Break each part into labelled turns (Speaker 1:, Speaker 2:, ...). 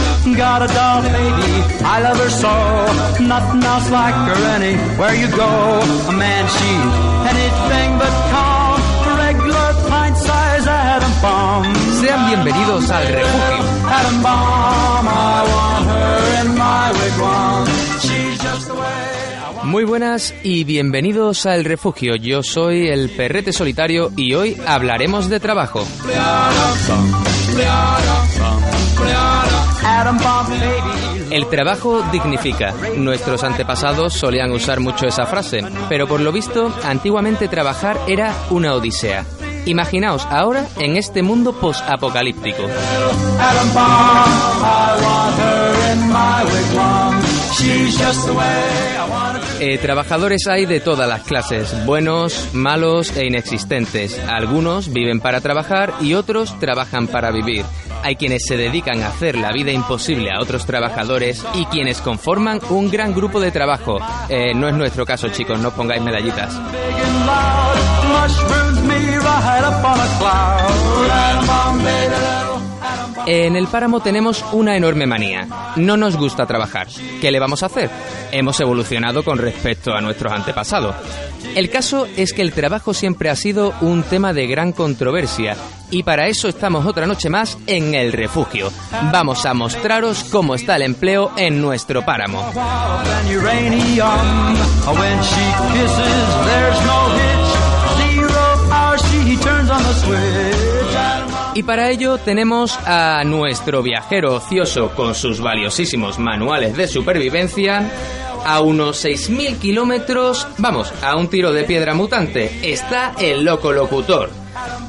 Speaker 1: a doll baby. I love her so. Nothing else like her anywhere you go. A man, she's anything but calm. A regular pint size atom bomb.
Speaker 2: Sean bienvenidos al refugio.
Speaker 1: Atom bomb. I want her in my wigwam. She's just the way. I want
Speaker 2: Muy buenas y bienvenidos al refugio. Yo soy el perrete solitario y hoy hablaremos de trabajo.
Speaker 1: Atom bomb baby.
Speaker 2: El trabajo dignifica. Nuestros antepasados solían usar mucho esa frase, pero por lo visto, antiguamente trabajar era una odisea. Imaginaos ahora en este mundo posapocalíptico.
Speaker 1: Atom bomb. I want her in my wigwam. She's just the way I want her.
Speaker 2: Eh, trabajadores hay de todas las clases, buenos, malos e inexistentes. Algunos viven para trabajar y otros trabajan para vivir. Hay quienes se dedican a hacer la vida imposible a otros trabajadores y quienes conforman un gran grupo de trabajo. Eh, no es nuestro caso, chicos, no os pongáis medallitas.
Speaker 1: big and loud. Mushrooms me right up on a cloud. Atom bomb, baby, little atom bomb.
Speaker 2: En el páramo tenemos una enorme manía. No nos gusta trabajar. ¿Qué le vamos a hacer? Hemos evolucionado con respecto a nuestros antepasados. El caso es que el trabajo siempre ha sido un tema de gran controversia y para eso estamos otra noche más en el refugio. Vamos a mostraros cómo está el empleo en nuestro páramo.
Speaker 1: Than uranium. When she kisses, there's no hitch. Zero hour, she turns on the switch. Atom bomb.
Speaker 2: Y para ello tenemos a nuestro viajero ocioso con sus valiosísimos manuales de supervivencia a unos 6.000 kilómetros, vamos, a un tiro de piedra mutante. Está el loco locutor.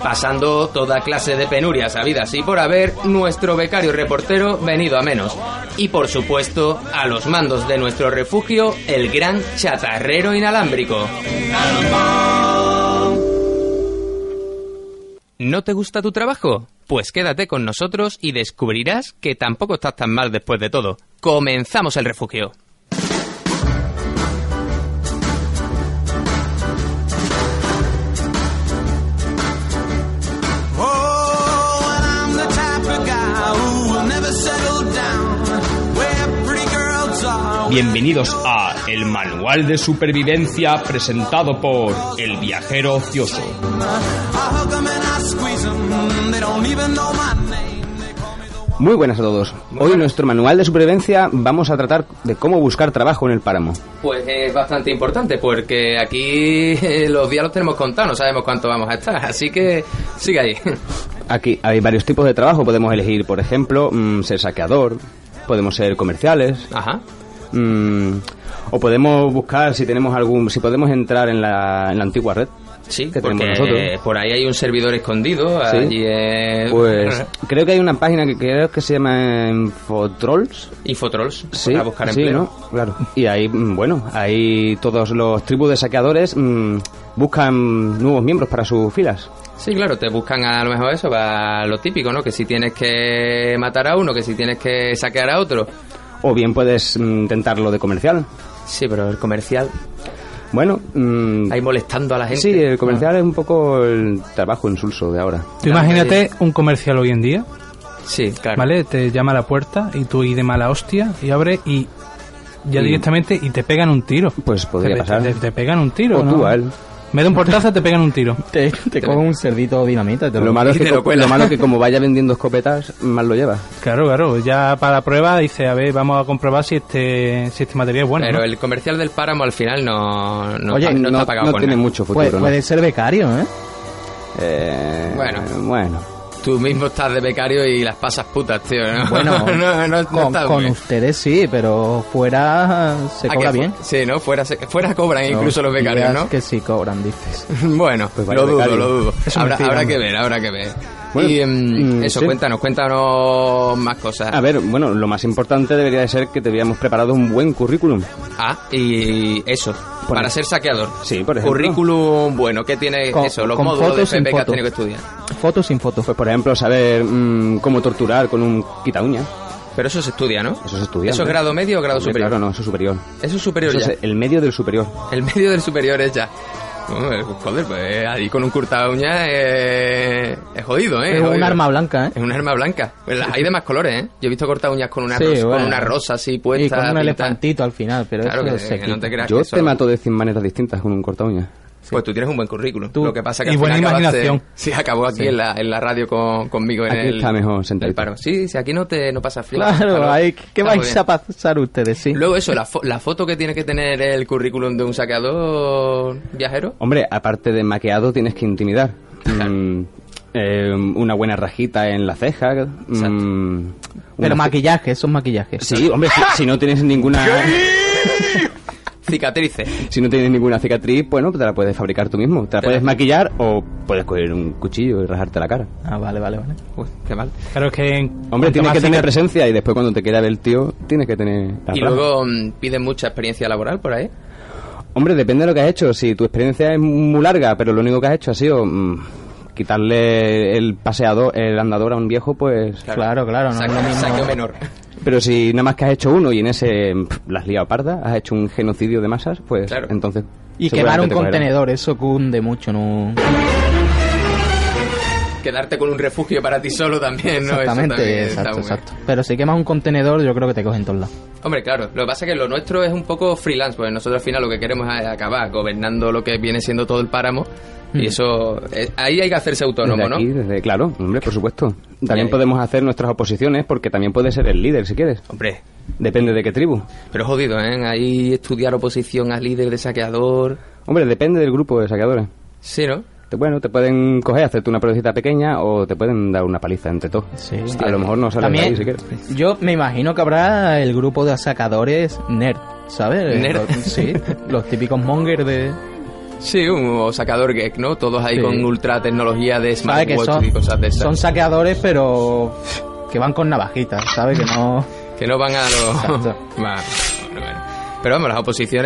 Speaker 2: Pasando toda clase de penurias habidas y por haber, nuestro becario reportero venido a menos. Y por supuesto, a los mandos de nuestro refugio, el gran chatarrero inalámbrico. ¿No te gusta tu trabajo? Pues quédate con nosotros y descubrirás que tampoco estás tan mal después de todo. Comenzamos el refugio.
Speaker 3: Oh, and I'm the type of guy who will never settle down where pretty girls are.
Speaker 4: Bienvenidos a El Manual de Supervivencia presentado por El Viajero Ocioso.
Speaker 3: I hug 'em and I squeeze 'em. They don't even know my name. They call me the one.
Speaker 5: Muy buenas a todos. Hoy en nuestro manual de supervivencia vamos a tratar de cómo buscar trabajo en el páramo.
Speaker 2: Pues es bastante importante porque aquí eh, los días los tenemos contados, no sabemos cuánto vamos a estar, así que sigue ahí.
Speaker 5: Aquí hay varios tipos de trabajo, podemos elegir, por ejemplo, mm, ser saqueador, podemos ser comerciales,
Speaker 2: Ajá.
Speaker 5: mm, o podemos buscar si tenemos algún, si podemos entrar en la, en la antigua red.
Speaker 2: Sí,
Speaker 5: que tenemos
Speaker 2: porque
Speaker 5: nosotros.
Speaker 2: eh, por ahí hay un servidor escondido,
Speaker 5: Sí.
Speaker 2: allí es...
Speaker 5: Pues creo que hay una página que creo que se llama Infotrolls.
Speaker 2: Infotrolls,
Speaker 5: Sí,
Speaker 2: para buscar
Speaker 5: sí,
Speaker 2: empleo.
Speaker 5: ¿no? Claro. Y ahí, mm, bueno, ahí todos los tribus de saqueadores mm, buscan nuevos miembros para sus filas.
Speaker 2: Sí, claro, te buscan a lo mejor eso, va lo típico, ¿no? Que si tienes que matar a uno, que si tienes que saquear a otro.
Speaker 5: O bien puedes mm, intentarlo de comercial.
Speaker 2: Sí, pero el comercial,
Speaker 5: Bueno, mm,
Speaker 2: ahí molestando a la gente.
Speaker 5: sí, el comercial es un poco el trabajo insulso de ahora.
Speaker 6: Tú imagínate un comercial hoy en día,
Speaker 2: Sí, claro.
Speaker 6: ¿vale? Te llama a la puerta y tú y de mala hostia y abres y ya directamente y te pegan un tiro.
Speaker 5: Pues podría
Speaker 6: Te-
Speaker 5: pasar.
Speaker 6: Te, te pegan un tiro,
Speaker 5: O
Speaker 6: ¿no?
Speaker 5: tú a él.
Speaker 6: Me da un portazo, te pegan un tiro.
Speaker 7: Te, te coge un cerdito dinamita. Te
Speaker 5: Lo malo, es
Speaker 2: y
Speaker 5: que
Speaker 2: te lo
Speaker 5: co-
Speaker 2: cuela.
Speaker 5: lo malo es que como vaya vendiendo escopetas, más lo lleva.
Speaker 6: Claro, claro. Ya para la prueba dice, a ver, vamos a comprobar si este, si este material es bueno.
Speaker 2: pero
Speaker 6: ¿no?
Speaker 2: el comercial del páramo al final no, no,
Speaker 7: Oye,
Speaker 2: pa- no, está pagado con
Speaker 5: tiene
Speaker 2: nada.
Speaker 5: mucho
Speaker 7: puede,
Speaker 5: futuro. ¿no?
Speaker 7: puede ser becario, ¿eh?
Speaker 5: Eh,
Speaker 2: Bueno.
Speaker 5: bueno.
Speaker 2: Tú mismo estás de becario y las pasas putas, tío. ¿no?
Speaker 7: Bueno,
Speaker 2: no, no, no
Speaker 7: con,
Speaker 2: está
Speaker 7: con
Speaker 2: muy-
Speaker 7: ustedes sí, pero fuera eh, se
Speaker 2: Ah,
Speaker 7: cobra
Speaker 2: que fu-
Speaker 7: bien.
Speaker 2: Sí, ¿no? Fuera, se- fuera cobran incluso los becarios,
Speaker 7: dirás
Speaker 2: ¿no?
Speaker 7: que sí cobran, dices.
Speaker 2: Bueno,
Speaker 5: Pues vaya
Speaker 2: lo dudo,
Speaker 5: becario.
Speaker 2: lo dudo.
Speaker 6: Eso
Speaker 2: Habrá,
Speaker 6: mentira,
Speaker 2: habrá
Speaker 6: ¿no?
Speaker 2: que ver, habrá que ver.
Speaker 5: Bueno,
Speaker 2: y em,
Speaker 5: mm,
Speaker 2: eso,
Speaker 5: sí.
Speaker 2: cuéntanos, cuéntanos más cosas.
Speaker 7: Ah.
Speaker 5: A ver, bueno, lo más importante debería de ser que te hubiéramos preparado un buen currículum.
Speaker 2: Ah, y eso,
Speaker 5: Por
Speaker 2: para
Speaker 5: ej-
Speaker 2: ser saqueador.
Speaker 5: Sí, por ejemplo.
Speaker 2: Currículum, bueno, ¿qué tiene
Speaker 7: Con-
Speaker 2: eso? Los
Speaker 7: con
Speaker 2: módulos de
Speaker 7: fotos, sin
Speaker 2: FP que has
Speaker 7: fotos.
Speaker 2: tenido que estudiar.
Speaker 7: Foto sin foto.
Speaker 5: Pues por ejemplo, saber mm, cómo torturar con un quita uña.
Speaker 2: Pero eso se estudia, ¿no?
Speaker 5: Eso se estudia.
Speaker 2: ¿Eso es
Speaker 5: ¿no?
Speaker 2: grado medio o grado
Speaker 5: Hombre,
Speaker 2: superior?
Speaker 5: Claro, no, eso es superior.
Speaker 2: Eso es superior
Speaker 5: Eso
Speaker 2: ya.
Speaker 5: es el medio del superior.
Speaker 2: El medio del superior es ya. Hombre, Joder, pues ahí con un corta uña eh, es jodido, ¿eh?
Speaker 7: Es un
Speaker 2: Jodido.
Speaker 7: arma blanca, ¿eh?
Speaker 2: Es un arma blanca. Pues las hay de más colores, ¿eh? Yo he visto corta uñas con una,
Speaker 7: Sí,
Speaker 2: rosa, con
Speaker 7: bueno.
Speaker 2: una rosa así puesta.
Speaker 7: Y con un
Speaker 2: pintada.
Speaker 7: elefantito al final, pero
Speaker 2: Claro
Speaker 7: eso
Speaker 2: que,
Speaker 7: se
Speaker 2: que no
Speaker 7: quita.
Speaker 2: te creas
Speaker 5: Yo
Speaker 2: que eso-
Speaker 5: te mato de 100 maneras distintas con un corta uña.
Speaker 2: Pues tú tienes un buen currículum.
Speaker 7: Tú-
Speaker 2: Lo que pasa que
Speaker 6: y
Speaker 2: al
Speaker 6: buena
Speaker 2: final acabaste-
Speaker 6: imaginación.
Speaker 2: Sí, acabó aquí en, la, en la radio con- conmigo en
Speaker 5: Aquí
Speaker 2: el,
Speaker 5: está mejor
Speaker 2: en el
Speaker 5: sentadito.
Speaker 2: paro. Sí, sí, aquí no te no pasa frío. Está
Speaker 7: Claro,
Speaker 2: lo-
Speaker 7: ahí, ¿qué
Speaker 2: está muy
Speaker 7: vais
Speaker 2: bien.
Speaker 7: a pasar ustedes? Sí.
Speaker 2: Luego eso, la, fo- la foto que tiene que tener el currículum de un saqueador viajero.
Speaker 5: Hombre, aparte de maqueado, tienes que intimidar. Mm, eh, una buena rajita en la ceja. mm,
Speaker 7: Pero
Speaker 5: una-
Speaker 7: maquillaje, esos maquillajes.
Speaker 5: Sí, hombre, si, si no tienes ninguna
Speaker 2: Cicatrices.
Speaker 5: si no tienes ninguna cicatriz, bueno, pues te la puedes fabricar tú mismo. Te la
Speaker 2: Te la-
Speaker 5: puedes maquillar o puedes coger un cuchillo y rajarte la cara.
Speaker 7: Ah, vale, vale, vale.
Speaker 2: Uy, qué mal.
Speaker 6: Claro que. en-
Speaker 5: Hombre,
Speaker 6: cuanto
Speaker 5: tienes
Speaker 6: más
Speaker 5: que tener
Speaker 6: cica-
Speaker 5: presencia y después cuando te quiera ver el tío, tienes que tener... la
Speaker 2: Y
Speaker 5: raja.
Speaker 2: luego mm, piden mucha experiencia laboral por ahí.
Speaker 5: Hombre, depende de lo que has hecho. Si tu experiencia es muy larga, pero lo único que has hecho ha sido mm, quitarle el paseador, el andador a un viejo, pues...
Speaker 7: Claro, claro, no es lo
Speaker 2: Saqueo,
Speaker 7: mismo.
Speaker 2: saqueo menor.
Speaker 5: Pero si nada más que has hecho uno y en ese pff, la has liado parda, has hecho un genocidio de masas, pues
Speaker 2: Claro.
Speaker 5: entonces...
Speaker 7: Y quemar
Speaker 5: seguramente
Speaker 7: un
Speaker 5: te cogerán.
Speaker 7: contenedor, eso cunde mucho, ¿no?
Speaker 2: Quedarte con un refugio para ti solo también, ¿no? Eso también
Speaker 7: Exactamente,
Speaker 2: está
Speaker 7: exacto,
Speaker 2: muy bien.
Speaker 7: exacto. Pero si quemas un contenedor, yo creo que te cogen todos lados.
Speaker 2: Hombre, claro, lo que pasa es que lo nuestro es un poco freelance, porque nosotros al final lo que queremos es acabar gobernando lo que viene siendo todo el páramo.
Speaker 7: Mm.
Speaker 2: Y eso, eh, ahí hay que hacerse
Speaker 5: Desde
Speaker 2: autónomo, ¿no?
Speaker 5: aquí, desde- claro, hombre, por supuesto.
Speaker 2: Bien.
Speaker 5: También podemos hacer nuestras oposiciones porque también puedes ser el líder si quieres.
Speaker 2: Hombre,
Speaker 5: Depende de qué tribu.
Speaker 2: pero es jodido, ¿eh? Ahí estudiar oposición al líder de saqueador.
Speaker 5: Hombre, depende del grupo de saqueadores.
Speaker 2: Sí, ¿no?
Speaker 5: Te- Bueno, te pueden coger, hacerte una provecita pequeña o te pueden dar una paliza entre todos.
Speaker 7: Sí.
Speaker 5: a lo mejor no sales de ahí si quieres.
Speaker 7: yo me imagino que habrá el grupo de sacadores nerd, ¿sabes?
Speaker 2: Nerd.
Speaker 7: Los- sí, los típicos mongers de...
Speaker 2: Sí, un sacador geek, ¿no? Todos ahí
Speaker 7: Sí.
Speaker 2: con ultra tecnología de
Speaker 7: ¿Sabes que
Speaker 2: smartwatch y
Speaker 7: son,
Speaker 2: cosas de esas.
Speaker 7: son saqueadores, pero que van con navajitas, ¿sabes? Que no...
Speaker 2: Que no van a los...
Speaker 7: Exacto.
Speaker 2: Va, bueno, bueno. Pero vamos, las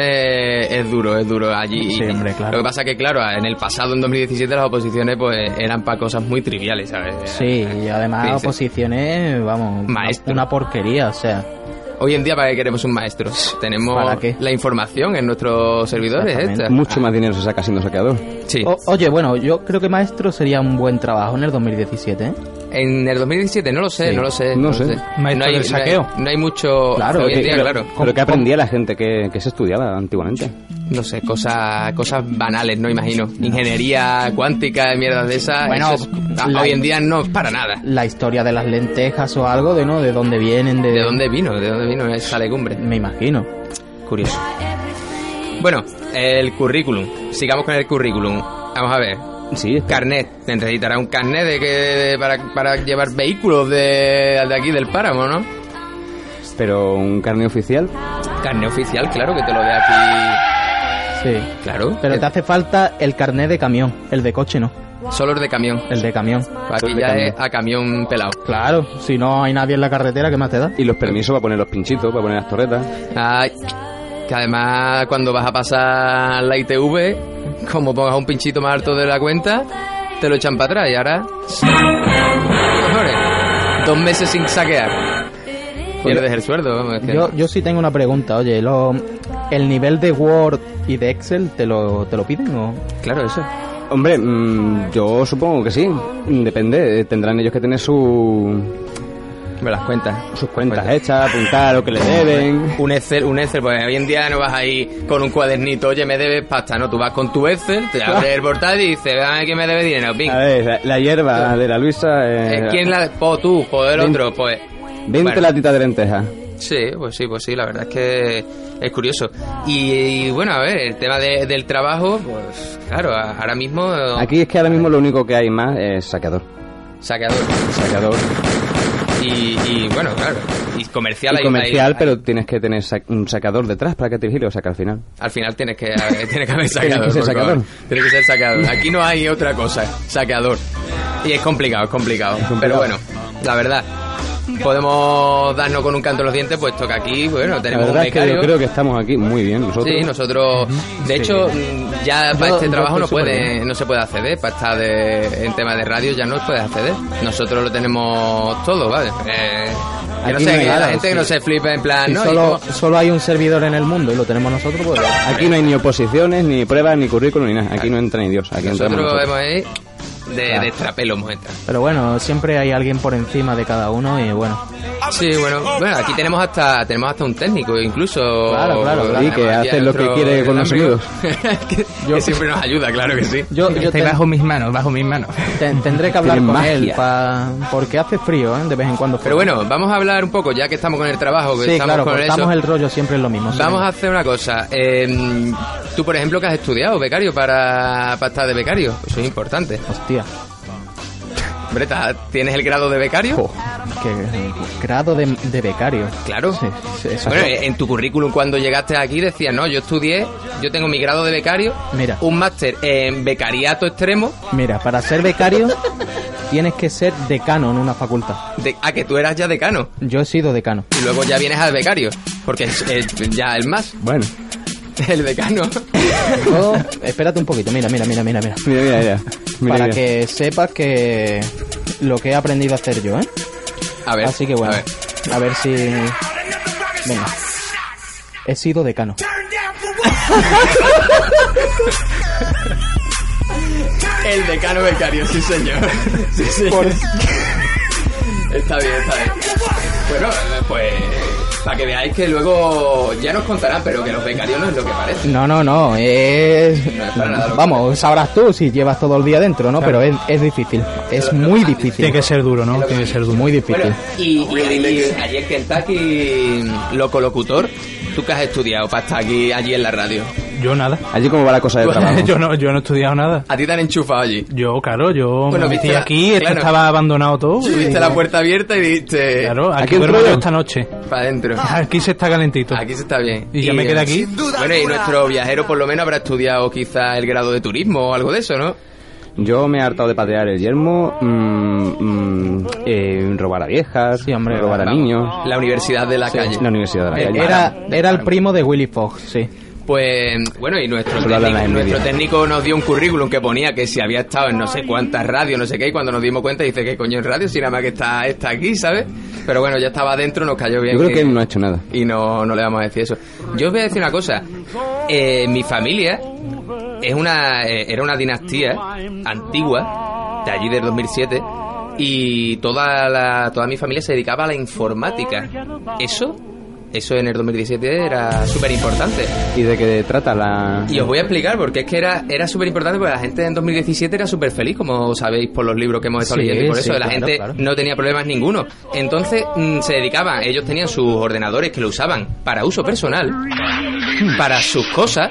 Speaker 2: oposiciones es duro, es duro allí.
Speaker 7: Sí, hombre, claro.
Speaker 2: Lo que pasa que, claro, en el pasado, en 2017, las oposiciones pues eran para cosas muy triviales, ¿sabes?
Speaker 7: Sí, y
Speaker 2: Sí,
Speaker 7: además
Speaker 2: sí.
Speaker 7: oposiciones, vamos, una-
Speaker 2: Maestro.
Speaker 7: una porquería, o sea...
Speaker 2: Hoy en día, ¿para qué queremos un maestro? Tenemos
Speaker 7: ¿Para qué?
Speaker 2: la información en nuestros servidores.
Speaker 7: Exactamente. Oh.
Speaker 2: esta.
Speaker 5: Mucho más dinero se saca siendo saqueador.
Speaker 2: Sí.
Speaker 7: O- oye, bueno, yo creo que maestro sería un buen trabajo en el 2017, ¿eh?
Speaker 2: En el 2017, no lo sé,
Speaker 7: Sí.
Speaker 2: no lo sé.
Speaker 5: No sé.
Speaker 6: Maestro del saqueo.
Speaker 2: No hay, mucho...
Speaker 7: Claro,
Speaker 2: hoy en
Speaker 7: que-
Speaker 2: día,
Speaker 7: pero-
Speaker 2: claro.
Speaker 5: Pero que aprendía la gente que, que se estudiaba antiguamente.
Speaker 2: No sé, cosas cosas banales, no imagino. Ingeniería cuántica, mierdas de esas.
Speaker 7: Bueno,
Speaker 2: eso es- a-
Speaker 7: la-
Speaker 2: hoy en día no es para nada.
Speaker 7: La historia de las lentejas o algo, de no, de dónde vienen, de...
Speaker 2: ¿De dónde vino? ¿De dónde vino esa legumbre?
Speaker 7: Me imagino.
Speaker 2: Curioso. Bueno, el currículum. Sigamos con el currículum. Vamos a ver.
Speaker 5: Sí, es-
Speaker 2: Carnet. Te necesitará un carnet de que, de- para, para llevar vehículos de, de aquí del páramo, ¿no?
Speaker 5: pero un carne oficial.
Speaker 2: Carnet oficial, claro, que te lo dé aquí.
Speaker 7: Sí.
Speaker 2: Claro.
Speaker 7: Pero
Speaker 2: Eh,
Speaker 7: te hace falta el carnet de camión, el de coche no,
Speaker 2: Solo el de camión.
Speaker 7: el de camión.
Speaker 2: Aquí ya es a camión pelado.
Speaker 7: Claro, si no hay nadie en la carretera, ¿qué más te da?
Speaker 5: Y los permisos para poner los pinchitos, para poner las torretas.
Speaker 2: Ay, que además cuando vas a pasar la ITV, como pongas un pinchito más alto de la cuenta, te lo echan para atrás y ahora... Cojones, Dos meses sin saquear. Pierdes el sueldo, vamos. es que-
Speaker 7: Yo, yo sí tengo una pregunta, oye, lo, ¿el nivel de Word y de Excel te lo, te lo piden o...?
Speaker 2: Claro, eso.
Speaker 5: Hombre, mm, yo supongo que sí. Depende, eh, tendrán ellos que tener su,
Speaker 2: Me las cuentas.
Speaker 5: sus
Speaker 2: Pues
Speaker 5: cuentas ¿eh? hechas, apuntar lo que le deben.
Speaker 2: Un Excel, un Excel, pues hoy en día no vas ahí con un cuadernito, oye, me debes pasta, ¿no? Tú vas con tu Excel, te abres el portal y dices, dame que me debe dinero, ping.
Speaker 5: A ver, la, la hierba de la Luisa.
Speaker 2: Eh,
Speaker 5: Eh,
Speaker 2: ¿Quién la...? Po, tú, po, el
Speaker 5: Veinte-
Speaker 2: otro, pues...
Speaker 5: 20
Speaker 2: Bueno.
Speaker 5: latitas de lentejas.
Speaker 2: Sí, pues sí, pues sí, la verdad es que es curioso. Y, y bueno, a ver, el tema de- del trabajo, pues claro, a- ahora mismo eh,
Speaker 5: Aquí es que ahora mismo lo único que hay más es saqueador.
Speaker 2: saqueador.
Speaker 5: Saqueador
Speaker 2: Y, y, bueno, claro, y comercial.
Speaker 5: y
Speaker 2: ahí-
Speaker 5: comercial,
Speaker 2: ahí-
Speaker 5: pero tienes que tener sa- un sacador detrás para que te vigile o saca al final.
Speaker 2: Al final tienes que, eh, tienes que haber saqueador.
Speaker 5: que ser
Speaker 2: por favor.
Speaker 5: saqueador.
Speaker 2: Tienes que ser saqueador. Aquí no hay otra cosa, saqueador. Y es complicado, es complicado. Pero bueno, la verdad. podemos darnos con un canto en los dientes, puesto que aquí, bueno,
Speaker 5: La
Speaker 2: tenemos un
Speaker 5: verdad es que
Speaker 2: becario.
Speaker 5: yo creo que estamos aquí muy bien nosotros.
Speaker 2: Sí, nosotros, de hecho, mm, ya para
Speaker 7: Yo-
Speaker 2: este
Speaker 7: yo
Speaker 2: trabajo no
Speaker 7: estoy súper
Speaker 2: puede, no se puede acceder, para estar de- en tema de radio ya no puedes acceder. Nosotros lo tenemos todo, ¿vale? Eh, que no
Speaker 7: Aquí
Speaker 2: sé,
Speaker 7: no hay
Speaker 2: que la
Speaker 7: nada,
Speaker 2: gente que
Speaker 7: sí.
Speaker 2: no se flipe en plan,
Speaker 7: Si
Speaker 2: Ah, ¿no?
Speaker 7: solo,
Speaker 2: Hijo,
Speaker 7: solo hay un servidor en el mundo y lo tenemos nosotros, pues...
Speaker 5: Aquí no hay ni oposiciones, ni pruebas, ni currículum, ni nada. Aquí no entra ni Dios. Aquí entramos
Speaker 2: nosotros
Speaker 5: nosotros.
Speaker 2: vemos ahí de, de extrapelo hemos entrado.
Speaker 7: Pero bueno, siempre hay alguien por encima de cada uno y bueno.
Speaker 2: Sí, bueno, bueno, aquí tenemos hasta tenemos hasta un técnico incluso.
Speaker 7: Claro, claro, claro.
Speaker 5: Sí, que
Speaker 2: Tenemos aquí a
Speaker 5: hace lo que
Speaker 2: nuestro
Speaker 5: quiere con los
Speaker 2: Lambrio, que,
Speaker 7: Yo-
Speaker 2: que siempre nos ayuda, claro que sí.
Speaker 7: Yo, yo
Speaker 6: Está
Speaker 7: ten-
Speaker 6: bajo mis manos, bajo mis manos.
Speaker 7: ten- tendré que hablar
Speaker 5: Tiene
Speaker 7: con
Speaker 5: magia.
Speaker 7: él pa- porque hace frío, ¿eh? De vez en cuando.
Speaker 2: Pero bueno, vamos a hablar un poco ya que estamos con el trabajo, que
Speaker 7: sí,
Speaker 2: estamos
Speaker 7: claro, pues
Speaker 2: con
Speaker 7: cortamos
Speaker 2: eso.
Speaker 7: el rollo siempre es lo mismo. sí.
Speaker 2: Vamos a hacer una cosa. eh, tú, por ejemplo, que has estudiado becario para, para estar de becario. Eso es importante.
Speaker 7: Hostia,
Speaker 2: Breta, ¿tienes el grado de becario?
Speaker 7: qué grado de, de becario.
Speaker 2: Claro.
Speaker 7: Sí, sí, eso
Speaker 2: Bueno,
Speaker 7: es.
Speaker 2: eh, en tu currículum cuando llegaste aquí decías, no, yo estudié, yo tengo mi grado de becario,
Speaker 7: Mira.
Speaker 2: un máster en becariato extremo,
Speaker 7: Mira, para ser becario tienes que ser decano en una facultad.
Speaker 2: de, a que tú eras ya decano.
Speaker 7: Yo he sido decano.
Speaker 2: Y luego ya vienes al becario, porque es, es ya el más,
Speaker 5: Bueno,
Speaker 2: el decano.
Speaker 7: Yo- espérate un poquito, mira, mira, mira, mira, mira.
Speaker 5: mira, mira, mira. Mira,
Speaker 7: para
Speaker 5: mira.
Speaker 7: que sepas que lo que he aprendido a hacer yo, ¿eh?
Speaker 2: A ver,
Speaker 7: Así que bueno,
Speaker 2: a
Speaker 7: a
Speaker 2: ver.
Speaker 7: ver, si... Venga. He sido decano.
Speaker 2: El decano becario, sí señor. Sí, señor. Está bien, está bien. Bueno, eh, pues para que veáis que luego ya nos contarán, pero que los becarios no es lo que parece.
Speaker 7: No, no, no, es...
Speaker 2: es para nada lo que-
Speaker 7: Vamos, sabrás tú si llevas todo el día dentro, ¿no? Pero es, es difícil, es muy difícil.
Speaker 6: Tiene que ser duro, ¿no? Tiene que ser duro.
Speaker 7: Muy difícil.
Speaker 2: Bueno, y, y- y allí en Kentucky, locolocutor, ¿tú qué has estudiado para estar aquí, allí en la radio?
Speaker 6: Yo nada.
Speaker 5: Allí como va la cosa de trabajo.
Speaker 6: yo, no, yo no he estudiado nada.
Speaker 2: A ti te han enchufado allí.
Speaker 6: Yo, claro, yo
Speaker 2: Bueno,
Speaker 6: me metí
Speaker 2: viste la-
Speaker 6: aquí, esto
Speaker 2: claro.
Speaker 6: estaba abandonado todo. y-
Speaker 2: Tuviste la puerta abierta y dijiste...
Speaker 6: Claro, aquí,
Speaker 5: Aquí entro
Speaker 6: duermo yo
Speaker 5: yo.
Speaker 6: esta noche.
Speaker 2: Para adentro.
Speaker 6: Aquí se está calentito.
Speaker 2: Aquí se está bien.
Speaker 6: Y ya me quedé aquí.
Speaker 2: Sin duda Bueno, y nuestro viajero por lo menos habrá estudiado quizá el grado de turismo o algo de eso, ¿no?
Speaker 5: Yo me he hartado de patear el yermo, mm, mm, eh, robar a viejas,
Speaker 7: Sí, hombre,
Speaker 5: robar a
Speaker 2: Vamos,
Speaker 5: niños.
Speaker 2: La universidad de la calle.
Speaker 5: La universidad de la
Speaker 2: Eh,
Speaker 5: calle.
Speaker 7: Era,
Speaker 2: Para-
Speaker 7: era el primo de Willy Fox, sí.
Speaker 2: Pues, bueno, y nuestro
Speaker 5: Solo
Speaker 2: técnico,
Speaker 5: hablan las envidias.
Speaker 2: nuestro técnico nos dio un currículum que ponía que si había estado en no sé cuántas radios, no sé qué, y cuando nos dimos cuenta dice que coño en radio, si nada más que está, está aquí, ¿sabes? Pero bueno, ya estaba adentro, nos cayó bien.
Speaker 5: Yo creo que él no ha hecho nada.
Speaker 2: y no, no le vamos a decir eso. Yo os voy a decir una cosa. Eh, mi familia es una, eh, era una dinastía antigua, de allí del 2007, y toda, la, toda mi familia se dedicaba a la informática. Eso, eso en el 2017 era súper importante.
Speaker 5: ¿Y de qué trata la...?
Speaker 2: Y os voy a explicar, porque es que era, era súper importante, porque la gente en 2017 era súper feliz, como sabéis por los libros que hemos estado
Speaker 7: Sí,
Speaker 2: leyendo, y por eso
Speaker 7: sí,
Speaker 2: la
Speaker 7: claro,
Speaker 2: gente
Speaker 7: claro.
Speaker 2: no tenía problemas ninguno. Entonces mm, se dedicaban, ellos tenían sus ordenadores que lo usaban para uso personal, para sus cosas,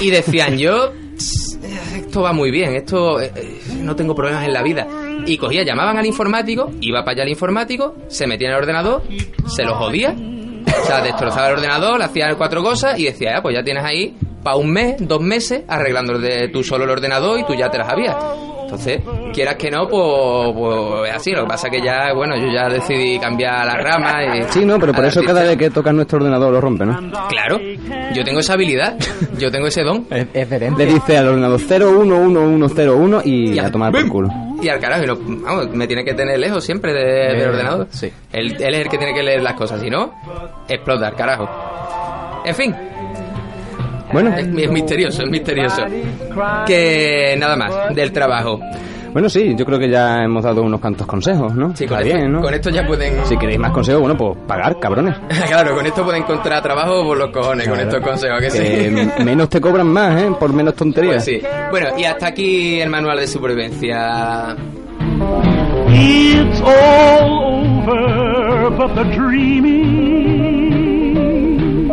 Speaker 2: y decían yo, "Tss, esto va muy bien, esto eh, eh, no tengo problemas en la vida. Y cogía, llamaban al informático, iba para allá el informático, se metía en el ordenador, se lo jodía, o sea, destrozaba el ordenador, le hacía cuatro cosas y decía, ya, pues ya tienes ahí para un mes, dos meses, arreglando el de tú solo el ordenador y tú ya te las habías. Entonces, quieras que no, pues, pues es así. Lo que pasa que ya, bueno, yo ya decidí cambiar la rama. Y,
Speaker 5: Sí, no, pero por
Speaker 2: al
Speaker 5: eso cada
Speaker 2: artista.
Speaker 5: vez que tocas nuestro ordenador lo rompe, ¿no?
Speaker 2: Claro, yo tengo esa habilidad, yo tengo ese don.
Speaker 7: Es, es de
Speaker 5: Le
Speaker 7: dentro.
Speaker 5: dice al ordenador 011101 y
Speaker 2: Ya.
Speaker 5: a tomar por
Speaker 2: ¡Bum!
Speaker 5: culo.
Speaker 2: Y al carajo, y lo- vamos, me tiene que tener lejos siempre de-
Speaker 5: Eh,
Speaker 2: del ordenador.
Speaker 7: sí.
Speaker 2: Él, él es el que tiene que leer las cosas, si no, explota al carajo. En fin,
Speaker 5: Bueno,
Speaker 2: es, es misterioso, es misterioso. Que nada más, del trabajo.
Speaker 5: bueno, sí, yo creo que ya hemos dado unos cuantos consejos, ¿no?
Speaker 2: Sí, con,
Speaker 5: Está
Speaker 2: esto,
Speaker 5: bien, ¿no?
Speaker 2: con este- esto ya pueden...
Speaker 5: Si queréis más consejos, bueno, pues pagar, cabrones.
Speaker 2: claro, con esto pueden encontrar trabajo por los cojones, con estos consejos, que sí.
Speaker 5: Que menos te cobran más, ¿eh? Por menos
Speaker 2: Pues
Speaker 5: tonterías.
Speaker 2: sí. Bueno, y hasta aquí el manual de supervivencia.
Speaker 8: It's all over, but the dreaming.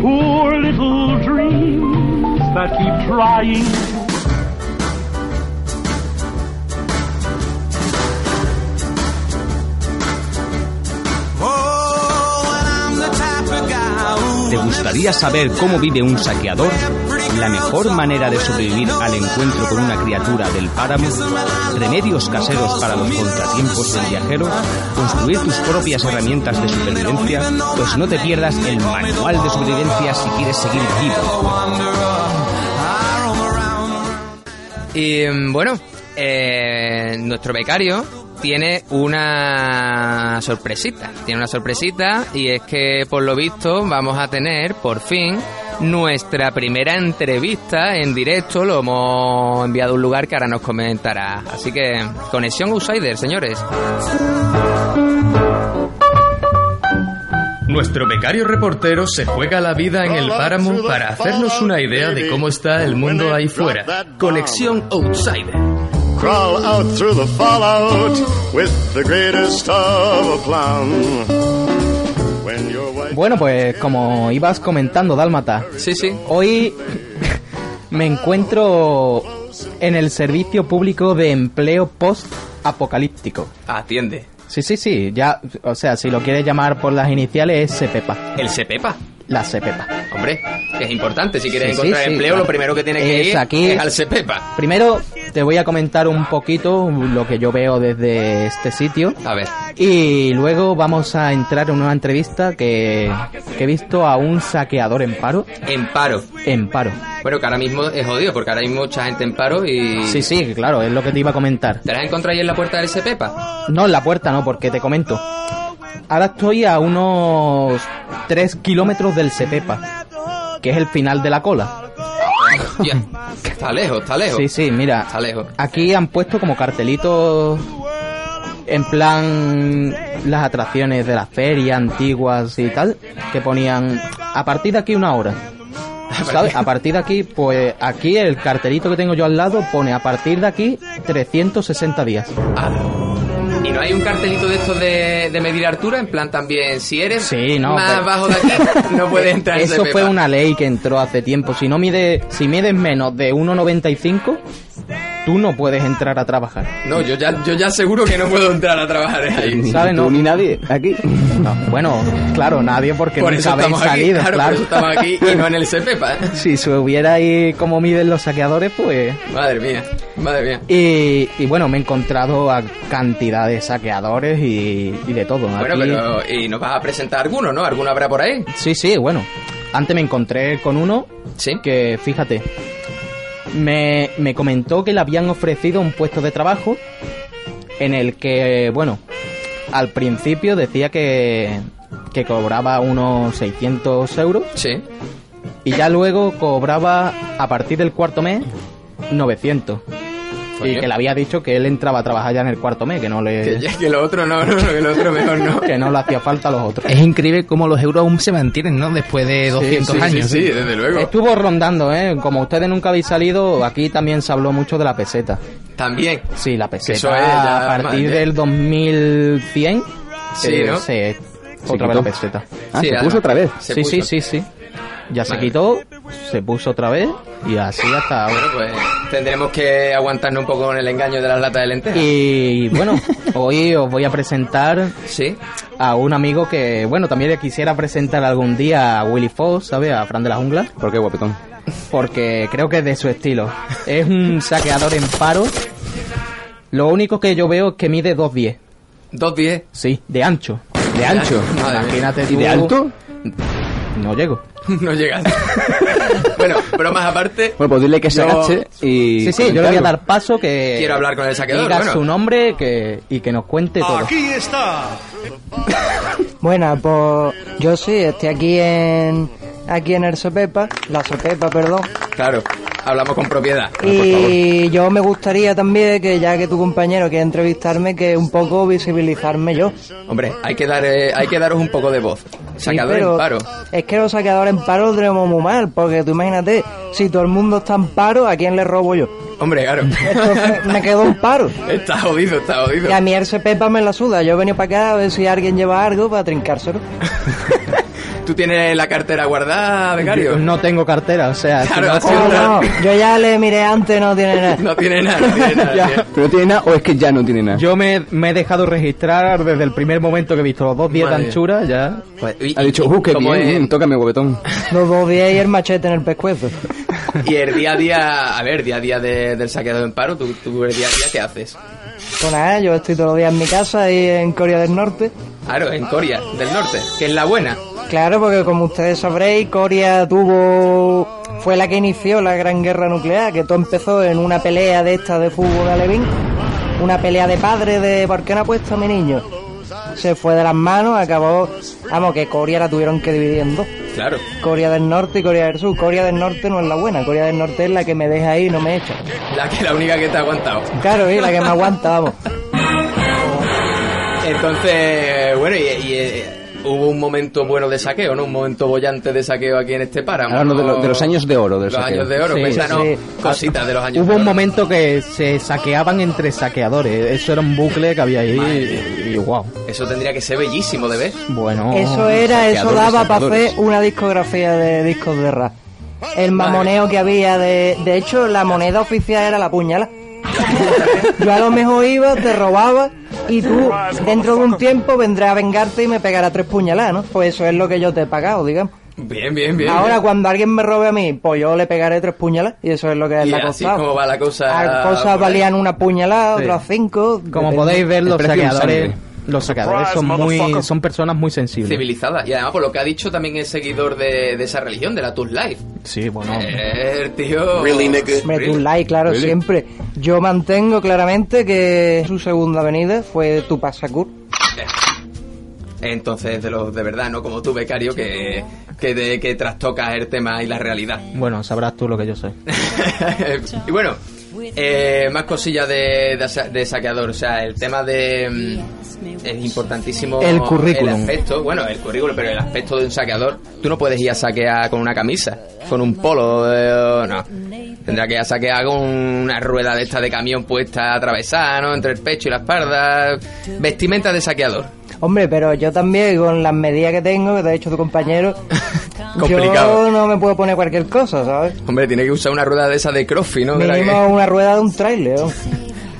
Speaker 8: Poor little dreams that keep trying.
Speaker 3: Oh, well, I'm the type of guy who Oh,
Speaker 4: ¿Te gustaría saber cómo vive un saqueador? La mejor manera de sobrevivir al encuentro con una criatura del páramo, remedios caseros para los contratiempos del viajero, construir tus propias herramientas de supervivencia, pues no te pierdas el manual de supervivencia si quieres seguir vivo.
Speaker 2: Y mm, bueno, eh, nuestro becario tiene una sorpresita. Tiene una sorpresita y es que por lo visto vamos a tener por fin nuestra primera entrevista en directo. Lo hemos enviado a un lugar que ahora nos comentará. Así que conexión outsider, señores.
Speaker 9: Nuestro becario reportero se juega la vida en el páramo para hacernos una idea de cómo está el mundo ahí fuera.
Speaker 2: Conexión outsider.
Speaker 10: Crawl out through the fallout with the greatest of aplomb. When you're white-
Speaker 7: Bueno, pues como ibas comentando, Dálmata,
Speaker 2: Sí, sí.
Speaker 7: hoy me encuentro en el servicio público de empleo post-apocalíptico.
Speaker 2: Atiende.
Speaker 7: Sí, sí, sí, ya, o sea, si lo quieres llamar por las iniciales, es CPEPA,
Speaker 2: El Sepepa.
Speaker 7: la CPEPA.
Speaker 2: Hombre, que es importante. Si quieres
Speaker 7: Sí, sí,
Speaker 2: encontrar
Speaker 7: sí,
Speaker 2: empleo,
Speaker 7: claro.
Speaker 2: lo primero que tienes que
Speaker 7: Es
Speaker 2: ir
Speaker 7: aquí.
Speaker 2: es al Sepepa.
Speaker 7: Primero te voy a comentar un poquito lo que yo veo desde este sitio.
Speaker 2: A ver.
Speaker 7: Y luego vamos a entrar en una entrevista que, que he visto a un saqueador en paro.
Speaker 2: En paro.
Speaker 7: En paro.
Speaker 2: Bueno, que ahora mismo es jodido, porque ahora hay mucha gente en paro y...
Speaker 7: Sí, sí, claro, es lo que te iba a comentar.
Speaker 2: ¿Te las encontrado ahí en la puerta del Sepepa?
Speaker 7: No, en la puerta no, porque te comento. Ahora estoy a unos 3 kilómetros del Sepepa, que es el final de la cola.
Speaker 2: Ya. Está lejos, está lejos.
Speaker 7: Sí, sí, mira.
Speaker 2: Está lejos.
Speaker 7: Aquí han puesto como cartelitos en plan las atracciones de la feria antiguas y tal, que ponían a partir de aquí una hora. ¿Sabes? A partir de aquí, pues aquí el cartelito que tengo yo al lado pone a partir de aquí 360 días.
Speaker 2: ¿Y no hay un cartelito de estos de, de medir altura? En plan también, si eres
Speaker 7: Sí, no,
Speaker 2: más
Speaker 7: pero-
Speaker 2: bajo de aquí, no puedes entrar en
Speaker 7: Eso
Speaker 2: Sepepa.
Speaker 7: fue una ley que entró hace tiempo. Si no mide, si mides menos de 1.95, tú no puedes entrar a trabajar.
Speaker 2: No, yo ya, yo ya seguro que no puedo entrar a trabajar ahí.
Speaker 7: ¿Sabes?
Speaker 5: Tú
Speaker 7: No.
Speaker 5: ni nadie aquí.
Speaker 7: No, bueno, claro, nadie porque
Speaker 2: Por eso
Speaker 7: nunca habéis
Speaker 2: estamos
Speaker 7: salido,
Speaker 2: aquí, claro,
Speaker 7: claro.
Speaker 2: Por eso estamos aquí y no en el Sepepa.
Speaker 7: Si se hubiera ahí como miden los saqueadores, pues...
Speaker 2: Madre mía, madre mía.
Speaker 7: Y, y bueno, me he encontrado a cantidad de saqueadores y, y de todo.
Speaker 2: Bueno,
Speaker 7: Aquí-
Speaker 2: pero y nos vas a presentar alguno, ¿no? ¿Alguno habrá por ahí?
Speaker 7: Sí, sí, bueno. Antes me encontré con uno
Speaker 2: Sí.
Speaker 7: que, fíjate, me, me comentó que le habían ofrecido un puesto de trabajo en el que, bueno, al principio decía que, que cobraba unos 600 euros
Speaker 2: Sí.
Speaker 7: y ya luego cobraba a partir del cuarto mes 900. Y
Speaker 2: Coño.
Speaker 7: que le había dicho que él entraba a trabajar ya en el cuarto mes, que no le...
Speaker 2: Que, ya- que lo otro no, no, no, que lo otro mejor no.
Speaker 7: Eh. que no le hacía falta a los otros.
Speaker 6: Es increíble cómo los euros aún se mantienen, ¿no? Después de 200
Speaker 2: sí,
Speaker 6: años. ¿eh?
Speaker 2: Sí, sí, desde luego.
Speaker 7: Estuvo rondando, ¿eh? Como ustedes nunca habéis salido, aquí también se habló mucho de la peseta.
Speaker 2: También.
Speaker 7: Sí, la peseta
Speaker 2: eso es ya,
Speaker 7: a
Speaker 2: madre
Speaker 7: partir
Speaker 2: mía.
Speaker 7: del 2100
Speaker 2: Sí,
Speaker 7: eh,
Speaker 2: ¿no?
Speaker 7: se-
Speaker 5: quitó.
Speaker 7: otra vez la peseta.
Speaker 5: Ah,
Speaker 2: Sí,
Speaker 5: se
Speaker 2: además.
Speaker 5: puso otra vez.
Speaker 2: Se
Speaker 7: sí,
Speaker 2: puso.
Speaker 7: sí, sí, sí. Ya se
Speaker 2: Madre.
Speaker 7: quitó, se puso otra vez y así hasta ahora.
Speaker 2: Bueno, pues tendremos que aguantarnos un poco con el engaño de las latas de lentejas.
Speaker 7: Y bueno, hoy os voy a presentar
Speaker 2: Sí.
Speaker 7: a un amigo que, bueno, también le quisiera presentar algún día a Willy Fox, ¿sabes? A Fran de la Jungla,
Speaker 5: ¿Por qué, guapetón?
Speaker 7: porque creo que es de su estilo. Es un saqueador en paro. Lo único que yo veo es que mide 2'10".
Speaker 2: Dos diez.
Speaker 7: Sí, de ancho.
Speaker 5: ¿De ancho?
Speaker 2: Madre mía.
Speaker 7: Imagínate
Speaker 5: ¿Y
Speaker 7: tú-
Speaker 5: de alto?
Speaker 7: No llego.
Speaker 2: No llegas. bueno, bromas aparte.
Speaker 5: Bueno, pues dile que se
Speaker 2: Yo-
Speaker 5: agache y...
Speaker 7: Sí, sí, yo le voy a dar paso que...
Speaker 2: Quiero hablar con el saqueador,
Speaker 7: Diga
Speaker 2: bueno.
Speaker 7: su nombre que, y que nos cuente todo.
Speaker 11: Bueno, pues yo sí, estoy aquí en aquí en el Sopepa, la Sopepa, perdón.
Speaker 2: Claro, hablamos con propiedad.
Speaker 7: Ah,
Speaker 11: Y yo me gustaría también que ya que tu compañero quiere entrevistarme, que un poco visibilizarme yo.
Speaker 2: Hombre, hay que dar, eh, hay que daros un poco de voz.
Speaker 11: Sí,
Speaker 2: Sacador
Speaker 11: pero
Speaker 2: en paro.
Speaker 11: Es que los saqueadores en paro lo tenemos muy mal, porque tú imagínate, si todo el mundo está en paro, ¿a quién le robo yo?
Speaker 2: Hombre, claro.
Speaker 11: Entonces me quedo en paro.
Speaker 2: está jodido, está jodido.
Speaker 11: Y a mí el Sopepa me la suda. Yo he venido para acá a ver si alguien lleva algo para trincárselo.
Speaker 2: ¿Tú tienes la cartera guardada,
Speaker 7: Yo
Speaker 2: becario?
Speaker 7: No tengo cartera, o sea. si
Speaker 2: Claro,
Speaker 7: no-
Speaker 2: ha sido una-
Speaker 11: Yo ya le miré antes, no tiene nada.
Speaker 2: No tiene nada, no tiene nada. tío.
Speaker 5: ¿Pero no tiene nada o es que ya no tiene nada?
Speaker 7: Yo me, me he dejado registrar desde el primer momento que he visto los dos días de
Speaker 5: Madre.
Speaker 7: anchura, ya.
Speaker 5: ha dicho, uh, qué bien, mm, tócame huevetón.
Speaker 11: Los dos días y el machete en el pescuezo.
Speaker 2: Y el día a día, a ver, día a día de- del saqueado en paro, ¿tú, tú el día a día qué haces?
Speaker 11: Pues nada, yo estoy todos los días en mi casa y en Corea del Norte.
Speaker 2: Claro, en Corea del Norte, que es la buena.
Speaker 11: Claro, porque como ustedes sabréis, Corea tuvo. fue la que inició la gran guerra nuclear, que todo empezó en una pelea de esta de fútbol de Alevín, una pelea de padres de ¿por qué no ha puesto a mi niño? Se fue de las manos, acabó. Vamos, que Corea la tuvieron que dividir en dos.
Speaker 2: Claro.
Speaker 11: Corea del Norte y Corea del Sur. Corea del Norte no es la buena, Corea del Norte es la que me deja ahí y no me echa.
Speaker 2: La que la única que te ha aguantado.
Speaker 11: Claro, y la que me aguanta, vamos.
Speaker 2: Entonces, bueno, y, y, eh, hubo un momento bueno de saqueo, ¿no? Un momento bollante de saqueo aquí en este páramo.
Speaker 5: Ahora no, de, lo- de los años de oro del
Speaker 2: Los
Speaker 5: saqueo.
Speaker 2: años de oro,
Speaker 7: Sí,
Speaker 2: cuéntanos
Speaker 7: sí.
Speaker 2: cositas de los años
Speaker 7: Hubo
Speaker 2: de
Speaker 7: un
Speaker 2: oro.
Speaker 7: momento que se saqueaban entre saqueadores. Eso era un bucle que había ahí y, y wow.
Speaker 2: Eso tendría que ser bellísimo de ver.
Speaker 7: Bueno.
Speaker 11: Eso era, eso
Speaker 2: saqueadores,
Speaker 11: daba para
Speaker 2: saqueadores.
Speaker 11: hacer una discografía de discos de rap. El mamoneo que había de... De hecho, la moneda oficial era la puñala. Yo a lo mejor iba, te robaba y tú dentro de un tiempo vendrás a vengarte y me pegará tres puñaladas, ¿no? Pues eso es lo que yo te he pagado, digamos.
Speaker 2: Bien, bien, bien.
Speaker 11: Ahora
Speaker 2: bien.
Speaker 11: cuando alguien me robe a mí, pues yo le pegaré tres puñaladas y eso es lo que
Speaker 2: Y
Speaker 11: le ha
Speaker 2: así
Speaker 11: costado.
Speaker 2: como va la cosa.
Speaker 11: Las cosas
Speaker 2: por ahí.
Speaker 11: valían una puñalada,
Speaker 7: Sí.
Speaker 11: otras cinco.
Speaker 7: Como
Speaker 11: depende.
Speaker 7: podéis ver, los
Speaker 2: precio en
Speaker 7: saqueadores,
Speaker 2: sangre.
Speaker 7: los saqueadores son
Speaker 2: Surprise,
Speaker 7: muy,
Speaker 2: motherfucker.
Speaker 7: son personas muy sensibles.
Speaker 2: Civilizada. Y además, por lo que ha dicho también es seguidor de, de esa religión, de la Tus Life.
Speaker 7: Sí, bueno.
Speaker 2: Eh, el tío.
Speaker 11: Hombre,
Speaker 2: Really.
Speaker 11: tu like, claro,
Speaker 2: Really.
Speaker 11: siempre. Yo mantengo claramente que su segunda avenida fue tu Shakur.
Speaker 2: Entonces, de los de verdad, ¿no? Como tú, becario, que, que, de- que trastocas el tema y la realidad.
Speaker 7: Bueno, sabrás tú lo que yo soy.
Speaker 2: y bueno, eh, más cosillas de, de sa- de saqueador. O sea, el tema de. mm, Es importantísimo.
Speaker 7: El currículum.
Speaker 2: El aspecto, bueno, el currículum, pero el aspecto de un saqueador. Tú no puedes ir a saquear con una camisa, con un polo, eh, no. Tendrá que ir a saquear con una rueda de esta de camión puesta atravesada, ¿no? Entre el pecho y la espalda. Vestimenta de saqueador.
Speaker 11: Hombre, pero yo también, con las medidas que tengo, que te ha dicho tu compañero,
Speaker 2: Complicado.
Speaker 11: yo no me puedo poner cualquier cosa, ¿sabes?
Speaker 2: Hombre, tiene que usar una rueda de esa de crossfit, ¿no? De la
Speaker 11: Mínimo una rueda de un trailer. ¿no?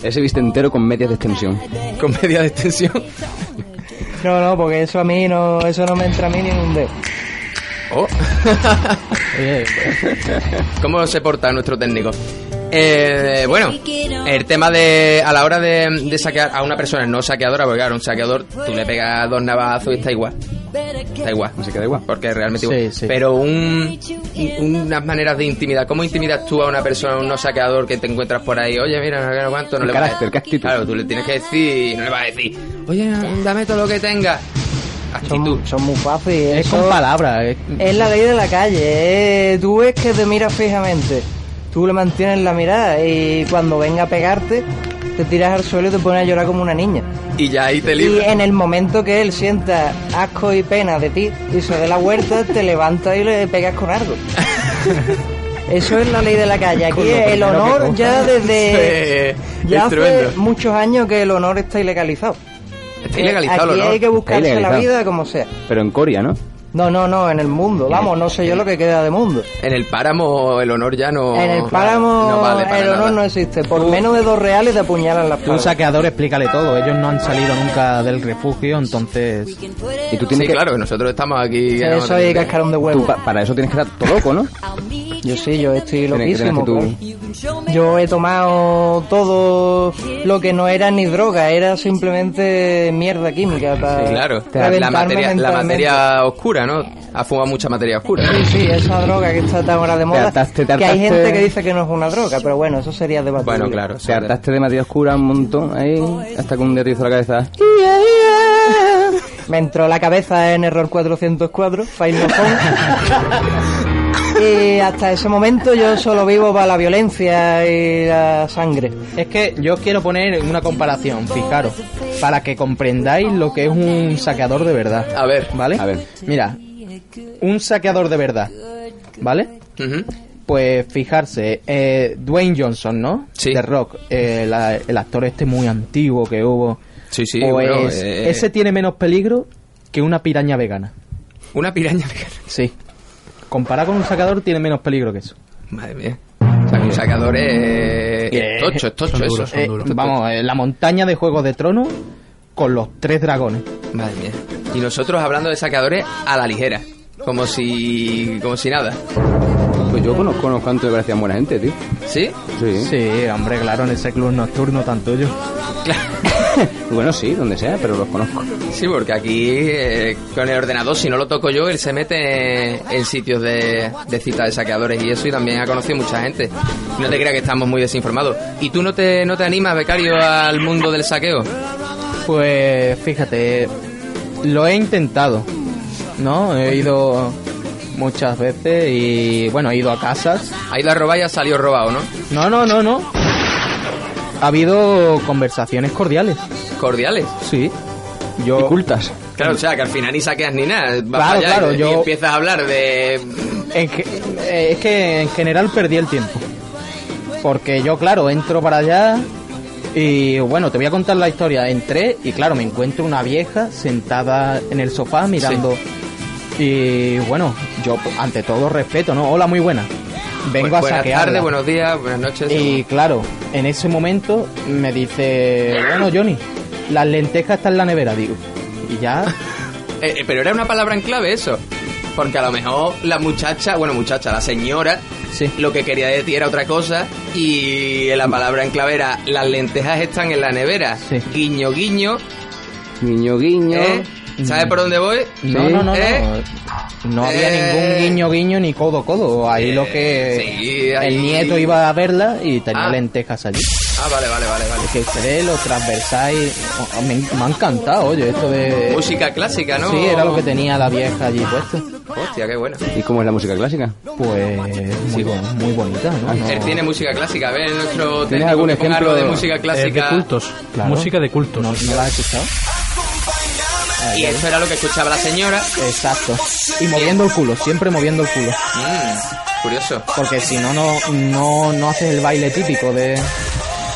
Speaker 5: Ese viste entero con medias de extensión.
Speaker 2: que- con media de extensión.
Speaker 11: No, no, porque eso a mí no, eso no me entra a mí ni en un dedo.
Speaker 2: Oh.
Speaker 7: Oye, pues.
Speaker 2: ¿Cómo se porta nuestro técnico? Eh, bueno, el tema de a la hora de, de saquear a una persona no saqueadora, porque claro, un saqueador tú le pegas dos navazos y está igual. Está igual.
Speaker 5: Se queda igual.
Speaker 2: Porque es realmente
Speaker 7: Sí,
Speaker 2: igual.
Speaker 7: sí.
Speaker 2: Pero un, un- unas maneras de intimidad. ¿Cómo intimidas tú a una persona, a un no saqueador que te encuentras por ahí? Oye, mira, no, no cuánto, no
Speaker 5: El
Speaker 2: le vas
Speaker 5: carácter,
Speaker 2: a
Speaker 5: ¿qué
Speaker 2: decir.
Speaker 5: actitud?
Speaker 2: Claro, tú le tienes que decir, no le vas a decir, oye, dame todo lo que tengas. Actitud.
Speaker 11: Son muy fáciles.
Speaker 7: es con
Speaker 11: eso-
Speaker 7: palabras. es-
Speaker 4: eh.
Speaker 11: Es la ley de la calle. eh. Tú ves que te miras fijamente. Tú le mantienes la mirada y cuando venga a pegarte, te tiras al suelo y te pones a llorar como una niña.
Speaker 2: Y ya ahí te
Speaker 11: Y
Speaker 2: libras.
Speaker 11: en el momento que él sienta asco y pena de ti y se dé la vuelta, te levantas y le pegas con algo. Eso es la ley de la calle.
Speaker 2: Con
Speaker 11: Aquí
Speaker 2: lo
Speaker 11: el
Speaker 2: primero que
Speaker 11: honor
Speaker 2: coja.
Speaker 11: ya desde...
Speaker 2: Sí,
Speaker 11: Ya
Speaker 2: es
Speaker 11: hace
Speaker 2: tremendo.
Speaker 11: muchos años que el honor está ilegalizado.
Speaker 2: Está ilegalizado el
Speaker 11: Aquí
Speaker 2: honor.
Speaker 11: hay que buscarse la
Speaker 5: ilegalizado.
Speaker 11: vida como sea.
Speaker 5: Pero en Corea, ¿no?
Speaker 11: No, no, no, en el mundo. Vamos, no sé yo lo que queda de mundo.
Speaker 2: En el páramo el honor ya no.
Speaker 11: En el páramo
Speaker 2: no vale para
Speaker 11: el honor
Speaker 2: nada.
Speaker 11: no existe. Por menos de dos reales te apuñalan las
Speaker 7: Tú, un
Speaker 11: palmas.
Speaker 7: saqueador, explícale todo. Ellos no han salido nunca del refugio, entonces.
Speaker 5: Y tú
Speaker 2: Sí,
Speaker 5: tienes que...
Speaker 2: claro, que nosotros estamos aquí. ya no
Speaker 11: Eso hay
Speaker 2: tenemos-
Speaker 11: cascarón de
Speaker 5: tú
Speaker 11: huevo.
Speaker 5: pa- para eso tienes que estar todo loco, ¿no?
Speaker 11: Yo sí, yo estoy
Speaker 5: Tienes que- tienes que
Speaker 11: loquísimo.
Speaker 5: tú-
Speaker 11: claro. Yo he tomado todo lo que no era ni droga, era simplemente mierda química. Para
Speaker 2: Sí, claro. La materia, la materia oscura, ¿no? Ha fumado mucha materia oscura.
Speaker 11: Sí, sí, esa droga que está tan ahora de moda.
Speaker 5: hartaste, te
Speaker 11: que hay
Speaker 5: hartaste.
Speaker 11: gente que dice que no es una droga, pero bueno, eso sería debatible.
Speaker 2: Bueno, claro.
Speaker 5: Te hartaste de materia oscura un montón ahí, hasta con un dedo hizo la cabeza. "Ah,
Speaker 11: Me entró la cabeza en error 404, file no found. Y hasta ese momento yo solo vivo para la violencia y la sangre.
Speaker 7: Es que yo quiero poner una comparación, fijaros, para que comprendáis lo que es un saqueador de verdad.
Speaker 2: A ver.
Speaker 7: ¿Vale?
Speaker 5: A ver.
Speaker 7: Mira, un saqueador de verdad, ¿vale?
Speaker 2: Ujú.
Speaker 7: Pues fijarse, eh, Dwayne Johnson, ¿no?
Speaker 2: Sí.
Speaker 7: The Rock, eh, la- el actor este muy antiguo que hubo.
Speaker 2: Sí, sí.
Speaker 7: pues
Speaker 2: bueno, eh,
Speaker 7: ese tiene menos peligro que una piraña vegana.
Speaker 2: Una piraña,
Speaker 7: Sí. Comparada con un sacador, tiene menos peligro que eso.
Speaker 2: Madre mía. O sea, que un sacador es.
Speaker 7: Que-
Speaker 2: Eh, es tocho, es tocho,
Speaker 7: son
Speaker 2: eso.
Speaker 7: duros, son
Speaker 2: Eh,
Speaker 7: duros. Vamos, eh, la montaña de Juegos de Tronos con los tres dragones.
Speaker 2: Madre mía. Y nosotros hablando de sacadores a la ligera. Como si. como si nada.
Speaker 5: Pues yo conozco unos cuantos que parecían buena gente, tío.
Speaker 2: ¿Sí?
Speaker 5: Sí.
Speaker 7: Sí, hombre, claro, en ese club nocturno tanto yo.
Speaker 5: bueno, sí, donde sea, pero los conozco.
Speaker 2: Sí, porque aquí eh, con el ordenador, si no lo toco yo, él se mete en sitios de, de citas de saqueadores y eso, y también ha conocido mucha gente. No te creas que estamos muy desinformados. ¿Y tú no te, no te animas, becario, al mundo del saqueo?
Speaker 7: Pues fíjate, lo he intentado, ¿no? He ido muchas veces y bueno, he ido a casas.
Speaker 2: Ahí la robar y ha salido robado, ¿no?
Speaker 7: No, no, no, no. Ha habido conversaciones cordiales.
Speaker 2: Cordiales.
Speaker 7: Sí. Yo...
Speaker 5: cultas.
Speaker 2: Claro, o sea, que al final ni saqueas ni nada. Vas
Speaker 7: Claro,
Speaker 2: para allá
Speaker 7: claro,
Speaker 2: y, y
Speaker 7: yo-
Speaker 2: empiezas a hablar de...
Speaker 7: En ge- eh, es que en general perdí el tiempo. Porque yo, claro, entro para allá y bueno, te voy a contar la historia. Entré y claro, me encuentro una vieja sentada en el sofá mirando. Y bueno, yo ante todo respeto, ¿no? Hola, muy buena. Vengo
Speaker 2: Pues
Speaker 7: a
Speaker 2: buenas
Speaker 7: saquear.
Speaker 2: tardes, buenos días, buenas noches.
Speaker 7: Y claro, en ese momento me dice, bueno, Johnny, las lentejas están en la nevera, digo. Y ya,
Speaker 2: Eh, eh, pero era una palabra en clave eso. Porque a lo mejor la muchacha, bueno, muchacha, la señora, lo que quería de ti era otra cosa y la palabra en clave era las lentejas están en la nevera. Guiño, guiño.
Speaker 5: Guiño, guiño.
Speaker 2: ¿eh? ¿Sabes por dónde voy?
Speaker 7: no, no, no,
Speaker 2: ¿Eh?
Speaker 7: no. No había ningún guiño, guiño ni codo, codo. Ahí lo que
Speaker 2: sí, ahí-
Speaker 7: el nieto iba a verla y tenía
Speaker 2: Ah.
Speaker 7: lentejas allí.
Speaker 2: Ah, vale, vale, vale, vale.
Speaker 7: Que ustedes lo transversáis. Oh, oh, Me, me ha encantado, oye, esto de.
Speaker 2: Música clásica, ¿no?
Speaker 7: Sí, era lo que tenía la vieja allí puesta.
Speaker 2: Hostia, qué buena.
Speaker 5: ¿Y cómo es la música clásica?
Speaker 7: Pues muy, bu- muy bonita, ¿no? No-
Speaker 2: Él tiene música clásica, a ver, nuestro
Speaker 5: ¿Tienes
Speaker 2: técnico
Speaker 5: algún
Speaker 2: que ponga algo
Speaker 5: ejemplo?
Speaker 2: de música
Speaker 7: Eh,
Speaker 5: Es
Speaker 2: clásica.
Speaker 7: Claro.
Speaker 6: Eh, Música de cultos.
Speaker 7: ¿No, no la has escuchado?
Speaker 2: Y eso era lo que escuchaba la señora.
Speaker 7: Exacto. Y moviendo el culo, siempre moviendo el culo.
Speaker 2: Mm, curioso.
Speaker 7: Porque si no, no, no, no haces el baile típico de.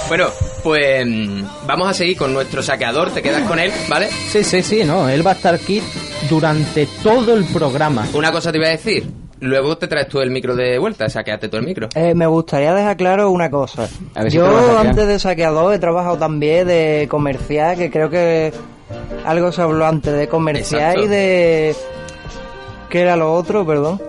Speaker 2: Bueno, pues mm, vamos a seguir con nuestro saqueador, te quedas con él, ¿vale?
Speaker 7: Sí, sí, sí, no. Él va a estar aquí durante todo el programa.
Speaker 2: Una cosa te iba a decir, luego te traes tú el micro de vuelta, saqueate tú el micro.
Speaker 11: Eh, me gustaría dejar claro una cosa.
Speaker 2: A ver si te lo vas a
Speaker 11: Yo
Speaker 2: saquear.
Speaker 11: antes de saqueador he trabajado también de comercial, que creo que algo se habló antes de comercial
Speaker 2: Exacto.
Speaker 11: y de... ¿Qué era lo otro? Perdón.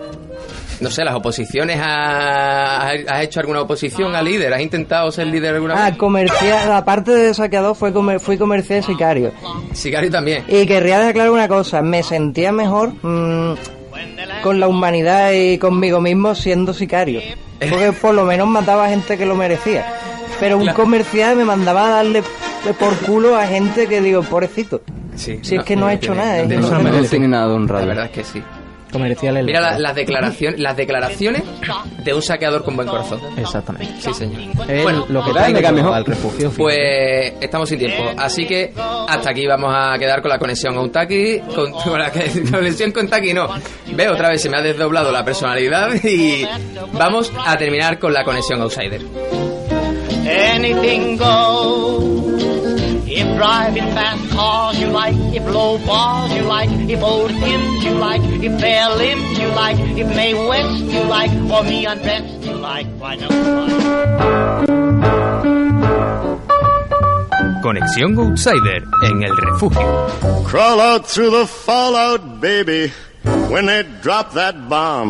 Speaker 2: No sé, las oposiciones, a- ¿has hecho alguna oposición al líder? ¿Has intentado ser líder alguna
Speaker 11: Ah,
Speaker 2: vez?
Speaker 11: comercial, aparte de saqueador fue comer- fui comercial y sicario.
Speaker 2: Sicario también.
Speaker 11: Y querría dejar claro una cosa, me sentía mejor mm, con la humanidad y conmigo mismo siendo sicario. Porque por lo menos mataba a gente que lo merecía. Pero un comercial me mandaba a darle por culo a gente que digo, pobrecito.
Speaker 2: Sí,
Speaker 11: si es que no ha hecho nada. ¿eh?
Speaker 5: No,
Speaker 11: No-
Speaker 5: tiene nada de honrado.
Speaker 2: La verdad es que sí.
Speaker 7: Comerciales.
Speaker 2: Mira la- las, declaraciones, las declaraciones de un saqueador con buen corazón.
Speaker 7: Exactamente.
Speaker 2: Sí, señor.
Speaker 7: Él
Speaker 2: Bueno,
Speaker 7: lo que
Speaker 2: dale,
Speaker 7: traiga
Speaker 2: Camejo.
Speaker 7: al refugio.
Speaker 2: Pues estamos sin tiempo,
Speaker 12: Eh.
Speaker 2: así que hasta aquí vamos a quedar con la conexión a un taqui, con, con la que- conexión con taqui no. Ve, otra vez se me ha desdoblado la personalidad y vamos a terminar con la conexión outsider.
Speaker 12: Anything goes. If driving fast cars you like, if low bars you like, if old hymns you like, if fair limbs you like, if May West you like, or me and best you like, why don't you like?
Speaker 2: Conexión outsider en el refugio.
Speaker 10: Crawl out through the fallout, baby, when they drop that bomb.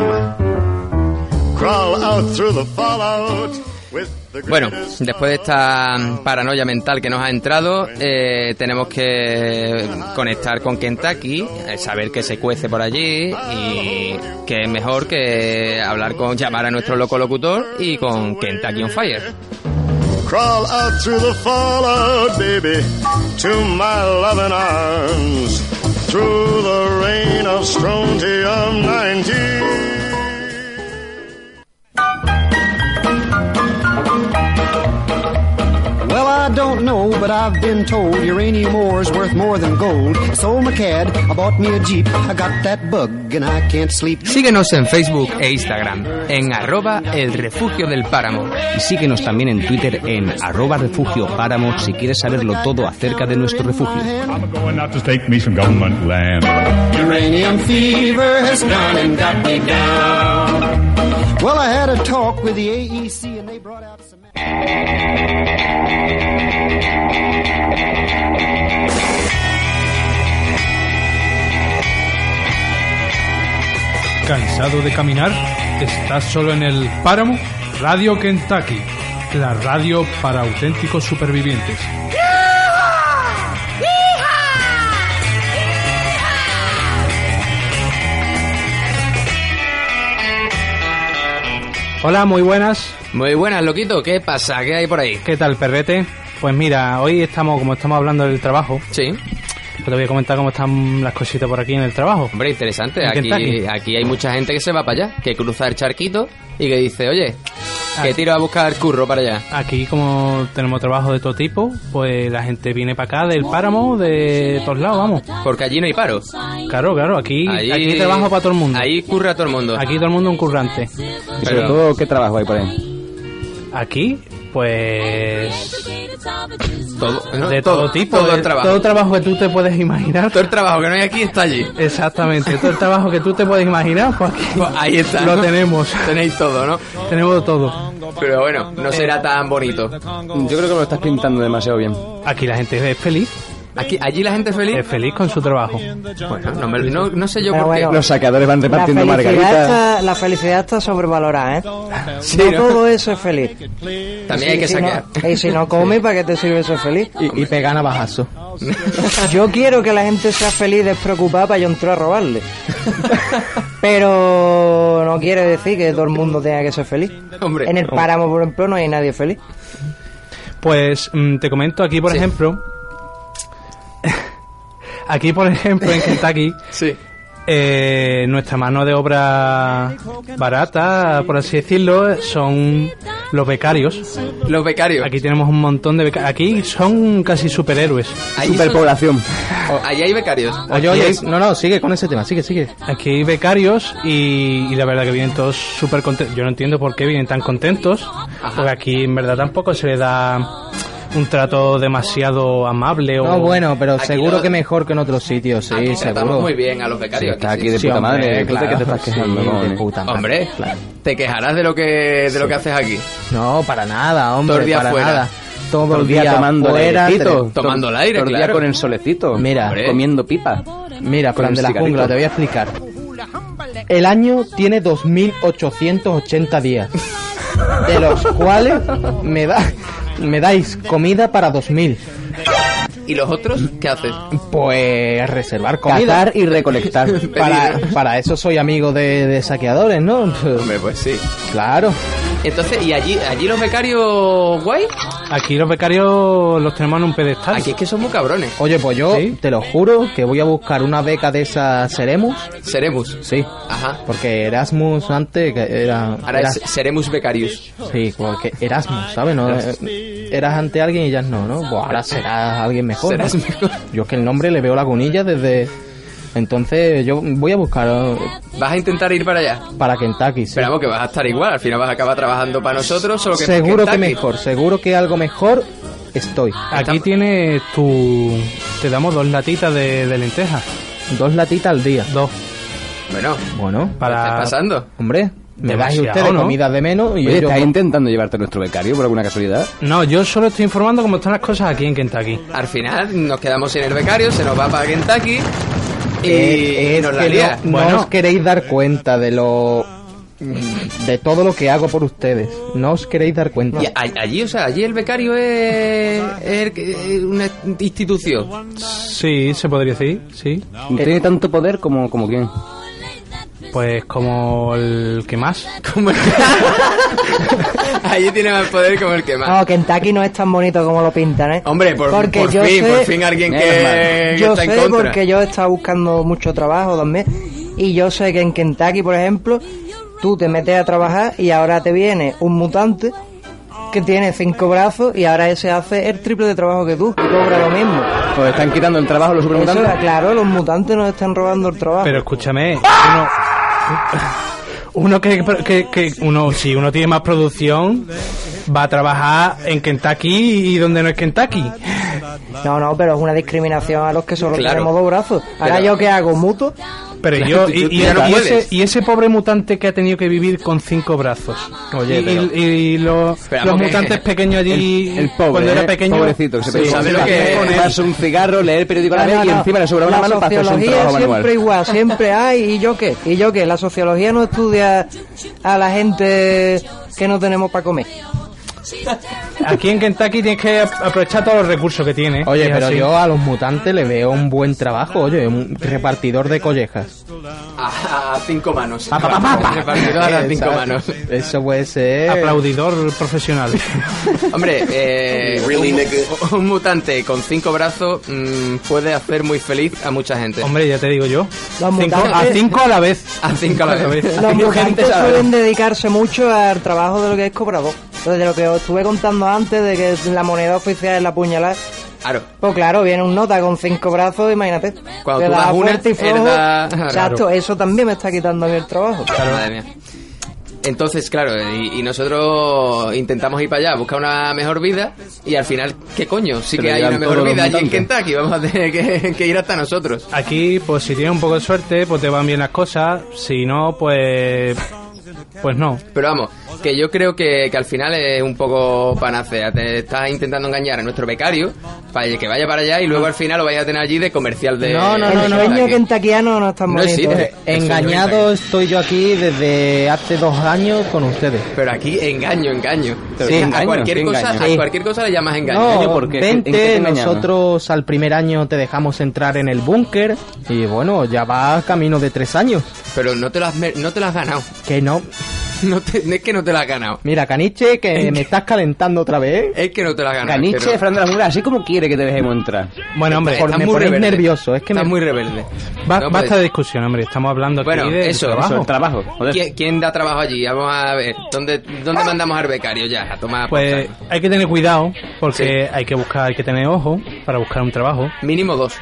Speaker 10: Crawl out through the fallout with the
Speaker 2: Bueno,
Speaker 10: greatest...
Speaker 2: después de esta mm, paranoia mental que nos ha entrado, eh, tenemos que conectar con Kentucky, eh, saber que se cuece por allí y que es mejor que hablar con llamar a nuestro loco locutor y con Kentucky on Fire.
Speaker 10: Crawl out through the fallout, baby, to my loving arms. Through the rain of strontium 90.
Speaker 11: Well,
Speaker 13: I don't know, but I've been told uranium ore's worth more than gold. I sold my cad, I bought me a jeep, I got that bug, and I can't sleep.
Speaker 2: Síguenos en Facebook e Instagram en arroba el refugio del páramo.
Speaker 4: Y síguenos también en Twitter en arroba refugio páramo si quieres saberlo todo acerca de nuestro refugio.
Speaker 14: Going out to stake me some government land.
Speaker 13: Uranium fever has gone and got me down. Well, I had a talk with the AEC and they brought out some.
Speaker 6: ¿Cansado de caminar? Estás solo en el páramo. Radio Kentucky, la radio para auténticos supervivientes. Hola, muy buenas.
Speaker 2: Muy buenas, loquito. ¿Qué pasa? ¿Qué hay por ahí?
Speaker 6: ¿Qué tal, perrete? Pues mira, hoy estamos, como estamos hablando del trabajo.
Speaker 2: Sí.
Speaker 6: Te voy a comentar cómo están las cositas por aquí en el trabajo.
Speaker 2: Hombre, interesante.
Speaker 6: ¿En
Speaker 2: Aquí,
Speaker 6: Kentucky?
Speaker 2: aquí hay mucha gente que se va para allá, que cruza el charquito y que dice, oye, que tiro a buscar curro para allá.
Speaker 6: Aquí como tenemos trabajo de todo tipo, pues la gente viene para acá del páramo, de todos lados, vamos.
Speaker 2: Porque allí no hay paro.
Speaker 6: Claro, claro, aquí, aquí trabajo para todo el mundo.
Speaker 2: Ahí curra todo el mundo.
Speaker 6: Aquí todo el mundo un currante.
Speaker 5: Y sobre todo, ¿qué trabajo hay por ahí?
Speaker 6: Aquí, pues...
Speaker 2: Todo, ¿no?
Speaker 6: de
Speaker 2: Todo-
Speaker 6: todo, tipo.
Speaker 2: todo
Speaker 6: de-
Speaker 2: el trabajo.
Speaker 6: todo que tú te puedes imaginar. Todo
Speaker 2: el trabajo que no hay aquí está allí.
Speaker 6: Exactamente, todo el trabajo que tú te puedes imaginar, pues aquí
Speaker 2: Ahí está.
Speaker 6: lo
Speaker 2: ¿no?
Speaker 6: tenemos.
Speaker 2: Tenéis todo, ¿no?
Speaker 6: Tenemos todo.
Speaker 2: Pero bueno, no será tan bonito.
Speaker 5: Yo creo que lo estás pintando demasiado bien.
Speaker 6: Aquí la gente es feliz.
Speaker 2: Aquí, allí la gente es feliz.
Speaker 6: Es feliz con su trabajo.
Speaker 2: Bueno, no, me- no- no sé yo
Speaker 11: Pero
Speaker 2: por qué.
Speaker 11: bueno,
Speaker 5: Los saqueadores van
Speaker 11: La
Speaker 5: repartiendo
Speaker 11: felicidad,
Speaker 5: margaritas.
Speaker 11: está, la felicidad está sobrevalorada, ¿eh?
Speaker 2: Sí,
Speaker 11: no,
Speaker 2: ¿no?
Speaker 11: todo eso es feliz.
Speaker 2: También hay
Speaker 11: Y
Speaker 2: que
Speaker 11: si
Speaker 2: saquear.
Speaker 11: no- y si no comes, ¿para qué te sirve ser feliz?
Speaker 7: Y, y pegan a bajazo.
Speaker 11: Yo quiero que la gente sea feliz despreocupada para yo entrar a robarle. Pero no quiere decir que todo el mundo tenga que ser feliz.
Speaker 2: Hombre.
Speaker 11: en el
Speaker 6: Hombre.
Speaker 11: páramo, por ejemplo, no hay nadie feliz.
Speaker 6: Pues mm, te comento aquí, por ejemplo. aquí, por ejemplo, en Kentucky.
Speaker 2: sí.
Speaker 6: eh, nuestra mano de obra barata, por así decirlo, son los becarios.
Speaker 2: Los becarios.
Speaker 6: Aquí tenemos un montón de becarios. Aquí son casi superhéroes.
Speaker 2: Ahí son- Superpoblación. Allí hay becarios.
Speaker 7: Oye,
Speaker 6: Aquí
Speaker 7: oye,
Speaker 6: es-
Speaker 7: no, no, sigue con ese tema, sigue, sigue.
Speaker 6: Aquí hay becarios y, y la verdad que vienen todos súper contentos. Yo no entiendo por qué vienen tan contentos, porque aquí en verdad tampoco se le da un trato demasiado amable o...
Speaker 7: No, bueno, pero
Speaker 6: Aquí
Speaker 7: seguro
Speaker 6: lo-
Speaker 7: que mejor que en otros sitios, sí, seguro.
Speaker 2: Ah, Tratamos muy bien a los becarios.
Speaker 7: Sí, está
Speaker 2: sí.
Speaker 7: aquí de Sí, puta hombre, madre, ¿tú de claro. qué te estás
Speaker 2: Sí,
Speaker 7: quejando,
Speaker 2: de
Speaker 7: no?
Speaker 2: puta madre. Hombre, te quejarás de lo que de lo que haces aquí.
Speaker 7: No, para nada, hombre,
Speaker 2: Todo el día
Speaker 7: para
Speaker 2: fuera.
Speaker 7: nada. Todo,
Speaker 5: Todo el día tomando el
Speaker 7: fuera,
Speaker 5: airecito.
Speaker 7: tres-
Speaker 2: Tomando el aire,
Speaker 5: Todo el día
Speaker 2: claro.
Speaker 5: con el solecito.
Speaker 7: Mira. Hombre.
Speaker 5: Comiendo pipa.
Speaker 7: Mira,
Speaker 5: Con
Speaker 7: Fran
Speaker 5: el
Speaker 7: de la
Speaker 5: cigarrito.
Speaker 7: jungla, te voy a explicar. El año tiene 2880 días, de los cuales me da me dais comida para 2000.
Speaker 2: ¿Y los otros qué haces?
Speaker 7: Pues reservar comida.
Speaker 2: Cazar
Speaker 5: y recolectar.
Speaker 7: Para, para eso soy amigo de, de saqueadores, ¿no? Hombre,
Speaker 2: pues sí.
Speaker 7: Claro.
Speaker 2: Entonces, ¿y allí allí los becarios guay?
Speaker 6: Aquí los becarios los tenemos en un
Speaker 7: Ah.
Speaker 6: pedestal.
Speaker 2: Aquí es que son muy cabrones.
Speaker 7: Oye, pues yo
Speaker 2: ¿Sí?
Speaker 7: te lo juro que voy a buscar una beca de esas Seremus.
Speaker 2: Seremus.
Speaker 7: Sí.
Speaker 2: Ajá.
Speaker 7: Porque Erasmus antes que era...
Speaker 2: Ahora
Speaker 7: era-
Speaker 2: es Seremus becarius.
Speaker 7: Sí, como que Erasmus, ¿sabes? No, eh, eras ante alguien y ya no, ¿no? Pues ahora serás alguien mejor. ¿no?
Speaker 2: Serás mejor.
Speaker 7: Yo es que el nombre le veo lagunilla desde... Entonces yo voy a buscar eh,
Speaker 2: Vas a intentar ir para allá.
Speaker 7: para Kentucky, sí.
Speaker 2: Pero vamos, que vas a estar igual. Al final vas a acabar trabajando para nosotros. Solo que
Speaker 7: seguro que
Speaker 2: Kentucky.
Speaker 7: mejor, seguro que algo mejor estoy.
Speaker 6: Aquí tienes tu... Te damos dos latitas de, de lentejas.
Speaker 7: Dos latitas al día.
Speaker 6: Dos.
Speaker 2: Bueno,
Speaker 7: Bueno,
Speaker 6: Para...
Speaker 2: ¿qué está pasando?
Speaker 7: hombre, me vais
Speaker 6: Demasiado,
Speaker 7: ustedes
Speaker 6: ¿no?
Speaker 7: comida de menos y
Speaker 5: Oye,
Speaker 7: yo...
Speaker 5: ¿estás intentando llevarte nuestro becario por alguna casualidad?
Speaker 6: No, yo solo estoy informando cómo están las cosas aquí en Kentucky.
Speaker 2: Al final nos quedamos sin el becario, se nos va para Kentucky. Y
Speaker 7: Eh, es
Speaker 2: nos la
Speaker 7: que
Speaker 2: lía.
Speaker 7: no, no os queréis dar cuenta de lo de todo lo que hago por ustedes. No os queréis dar cuenta.
Speaker 2: Y a- allí, o sea, allí el becario es, es el que- es una institución.
Speaker 6: Sí, se podría decir, sí.
Speaker 2: eh,
Speaker 5: ¿Tiene tanto poder como, como quién?
Speaker 6: Pues como el que más.
Speaker 2: Como el Allí tiene más poder como el que más.
Speaker 11: No, Kentucky no es tan bonito como lo pintan, ¿eh?
Speaker 2: Ah. Hombre, por,
Speaker 11: Porque
Speaker 2: por
Speaker 11: yo
Speaker 2: fin,
Speaker 11: sé-
Speaker 2: por fin alguien que, que
Speaker 11: yo
Speaker 2: está
Speaker 11: sé
Speaker 2: en contra.
Speaker 11: porque yo he estado buscando mucho trabajo también y yo sé que en Kentucky por ejemplo tú te metes a trabajar y ahora te viene un mutante que tiene cinco brazos y ahora ese hace el triple de trabajo que tú, que cobra lo mismo.
Speaker 5: Pues están quitando el trabajo los
Speaker 11: Eso
Speaker 5: supermutantes.
Speaker 11: era claro, los mutantes nos están robando el trabajo.
Speaker 6: Pero escúchame, uno, uno que, que- que- uno, si uno tiene más producción, va a trabajar en Kentucky y donde no es Kentucky.
Speaker 11: No, no, pero es una discriminación a los que solo
Speaker 6: Claro.
Speaker 11: tenemos dos brazos. Ahora
Speaker 6: Pero-
Speaker 11: yo que hago mutuo.
Speaker 6: Pero yo, y, y- y ese, y ese pobre mutante que ha tenido que vivir con cinco brazos.
Speaker 5: Oye,
Speaker 6: y,
Speaker 5: pero-
Speaker 6: y- y los,
Speaker 5: Espera,
Speaker 6: los
Speaker 5: porque-
Speaker 6: mutantes pequeños allí,
Speaker 5: El, el pobre,
Speaker 6: cuando era
Speaker 5: ¿eh?
Speaker 6: pequeño,
Speaker 5: pobrecito, que se
Speaker 6: Sí,
Speaker 5: pegó
Speaker 6: ¿sabe
Speaker 5: un
Speaker 6: lo que
Speaker 5: café,
Speaker 6: es?
Speaker 5: fumarse un cigarro, leer el periódico a la
Speaker 11: No,
Speaker 5: vez
Speaker 11: no,
Speaker 5: y
Speaker 11: no.
Speaker 5: encima le sobra una
Speaker 11: la
Speaker 5: mano para hacerse un
Speaker 11: sociología
Speaker 5: trabajo
Speaker 11: siempre
Speaker 5: manual.
Speaker 11: igual, siempre hay y yo qué, y yo qué. La sociología no estudia a la gente que no tenemos para comer.
Speaker 6: Aquí en Kentucky tienes que ap- aprovechar todos los recursos que tiene.
Speaker 7: Oye,
Speaker 6: Y
Speaker 7: pero
Speaker 6: así.
Speaker 5: eh,
Speaker 7: yo a los mutantes le veo un buen trabajo, oye, un repartidor de collejas.
Speaker 2: A, a cinco manos.
Speaker 7: Pa, pa, pa, pa, pa.
Speaker 2: Repartidor a cinco
Speaker 7: Exacto.
Speaker 2: manos.
Speaker 7: Eso puede ser.
Speaker 6: Aplaudidor profesional.
Speaker 2: Hombre, eh,
Speaker 6: Really,
Speaker 2: un, un mutante con cinco brazos mm, puede hacer muy feliz a mucha gente.
Speaker 6: Hombre, ya te digo yo.
Speaker 11: Los
Speaker 6: Cinco- a
Speaker 11: mutantes-
Speaker 6: cinco a la vez.
Speaker 2: A cinco a la vez.
Speaker 11: Los mutantes
Speaker 2: ¿sabes?
Speaker 11: suelen dedicarse mucho al trabajo de lo que es cobrador. Entonces, de lo que os estuve contando antes, de que la moneda oficial es la puñalada.
Speaker 2: Claro.
Speaker 11: Pues claro, viene un nota con cinco brazos, imagínate.
Speaker 2: Cuando
Speaker 11: Le
Speaker 2: tú
Speaker 11: da
Speaker 2: das una,
Speaker 11: fuerte y
Speaker 2: él
Speaker 11: flojo.
Speaker 2: da-
Speaker 11: Exacto,
Speaker 2: Claro.
Speaker 11: eso también me está quitando a mí el trabajo.
Speaker 2: Madre mía. Entonces, claro, y, y nosotros intentamos ir para allá, buscar una mejor vida y al final, ¿qué coño? Sí
Speaker 6: Pero
Speaker 2: que hay
Speaker 6: llegan
Speaker 2: una mejor
Speaker 6: todos los
Speaker 2: vida allí en
Speaker 6: mutantes.
Speaker 2: Kentucky, vamos a tener que, que ir hasta nosotros.
Speaker 6: Aquí, pues si tienes un poco de suerte, pues te van bien las cosas. Si no, pues. Pues no.
Speaker 2: Pero vamos, que yo creo que, que al final es un poco panacea. Te estás intentando engañar a nuestro becario para que vaya para allá y luego al final lo vaya a tener allí de comercial de...
Speaker 11: el sueño kentaquiano no es tan
Speaker 2: No
Speaker 11: bonito.
Speaker 2: existe.
Speaker 11: ¿eh?
Speaker 15: Pues
Speaker 7: Engañado estoy yo aquí desde hace dos años con ustedes.
Speaker 2: Pero aquí engaño, engaño.
Speaker 7: Sí,
Speaker 2: a,
Speaker 7: engaño,
Speaker 2: cualquier
Speaker 7: sí,
Speaker 2: cosa,
Speaker 7: engaño.
Speaker 2: a
Speaker 7: Sí.
Speaker 2: cualquier cosa le llamas engaño.
Speaker 7: No, vente, nosotros al primer año te dejamos entrar en el búnker y bueno, ya vas camino de tres años.
Speaker 2: Pero no te lo has, mer- no te lo has ganado.
Speaker 7: Que no.
Speaker 2: No te- es que no te lo has ganado.
Speaker 7: Mira, Caniche, que me estás calentando otra vez.
Speaker 2: Es que no te lo has ganado.
Speaker 7: Caniche,
Speaker 2: pero-
Speaker 5: Fran de la Mura, así como quiere que te dejemos entrar.
Speaker 6: Bueno, hombre,
Speaker 7: Por- me ponéis nervioso, es que
Speaker 2: Estás
Speaker 7: me-
Speaker 2: muy rebelde.
Speaker 6: Ba-
Speaker 2: No,
Speaker 6: basta
Speaker 2: pues-
Speaker 6: de discusión, hombre. Estamos hablando aquí
Speaker 2: Bueno,
Speaker 6: de
Speaker 2: eso,
Speaker 6: trabajo.
Speaker 2: eso, el trabajo. ¿Qui- ¿Quién da trabajo allí? Vamos a ver. ¿Dónde, dónde mandamos al becario ya? A tomar por
Speaker 6: Pues
Speaker 2: saco.
Speaker 6: hay que tener cuidado porque hay que buscar, hay que tener ojo para buscar un trabajo.
Speaker 2: Mínimo dos.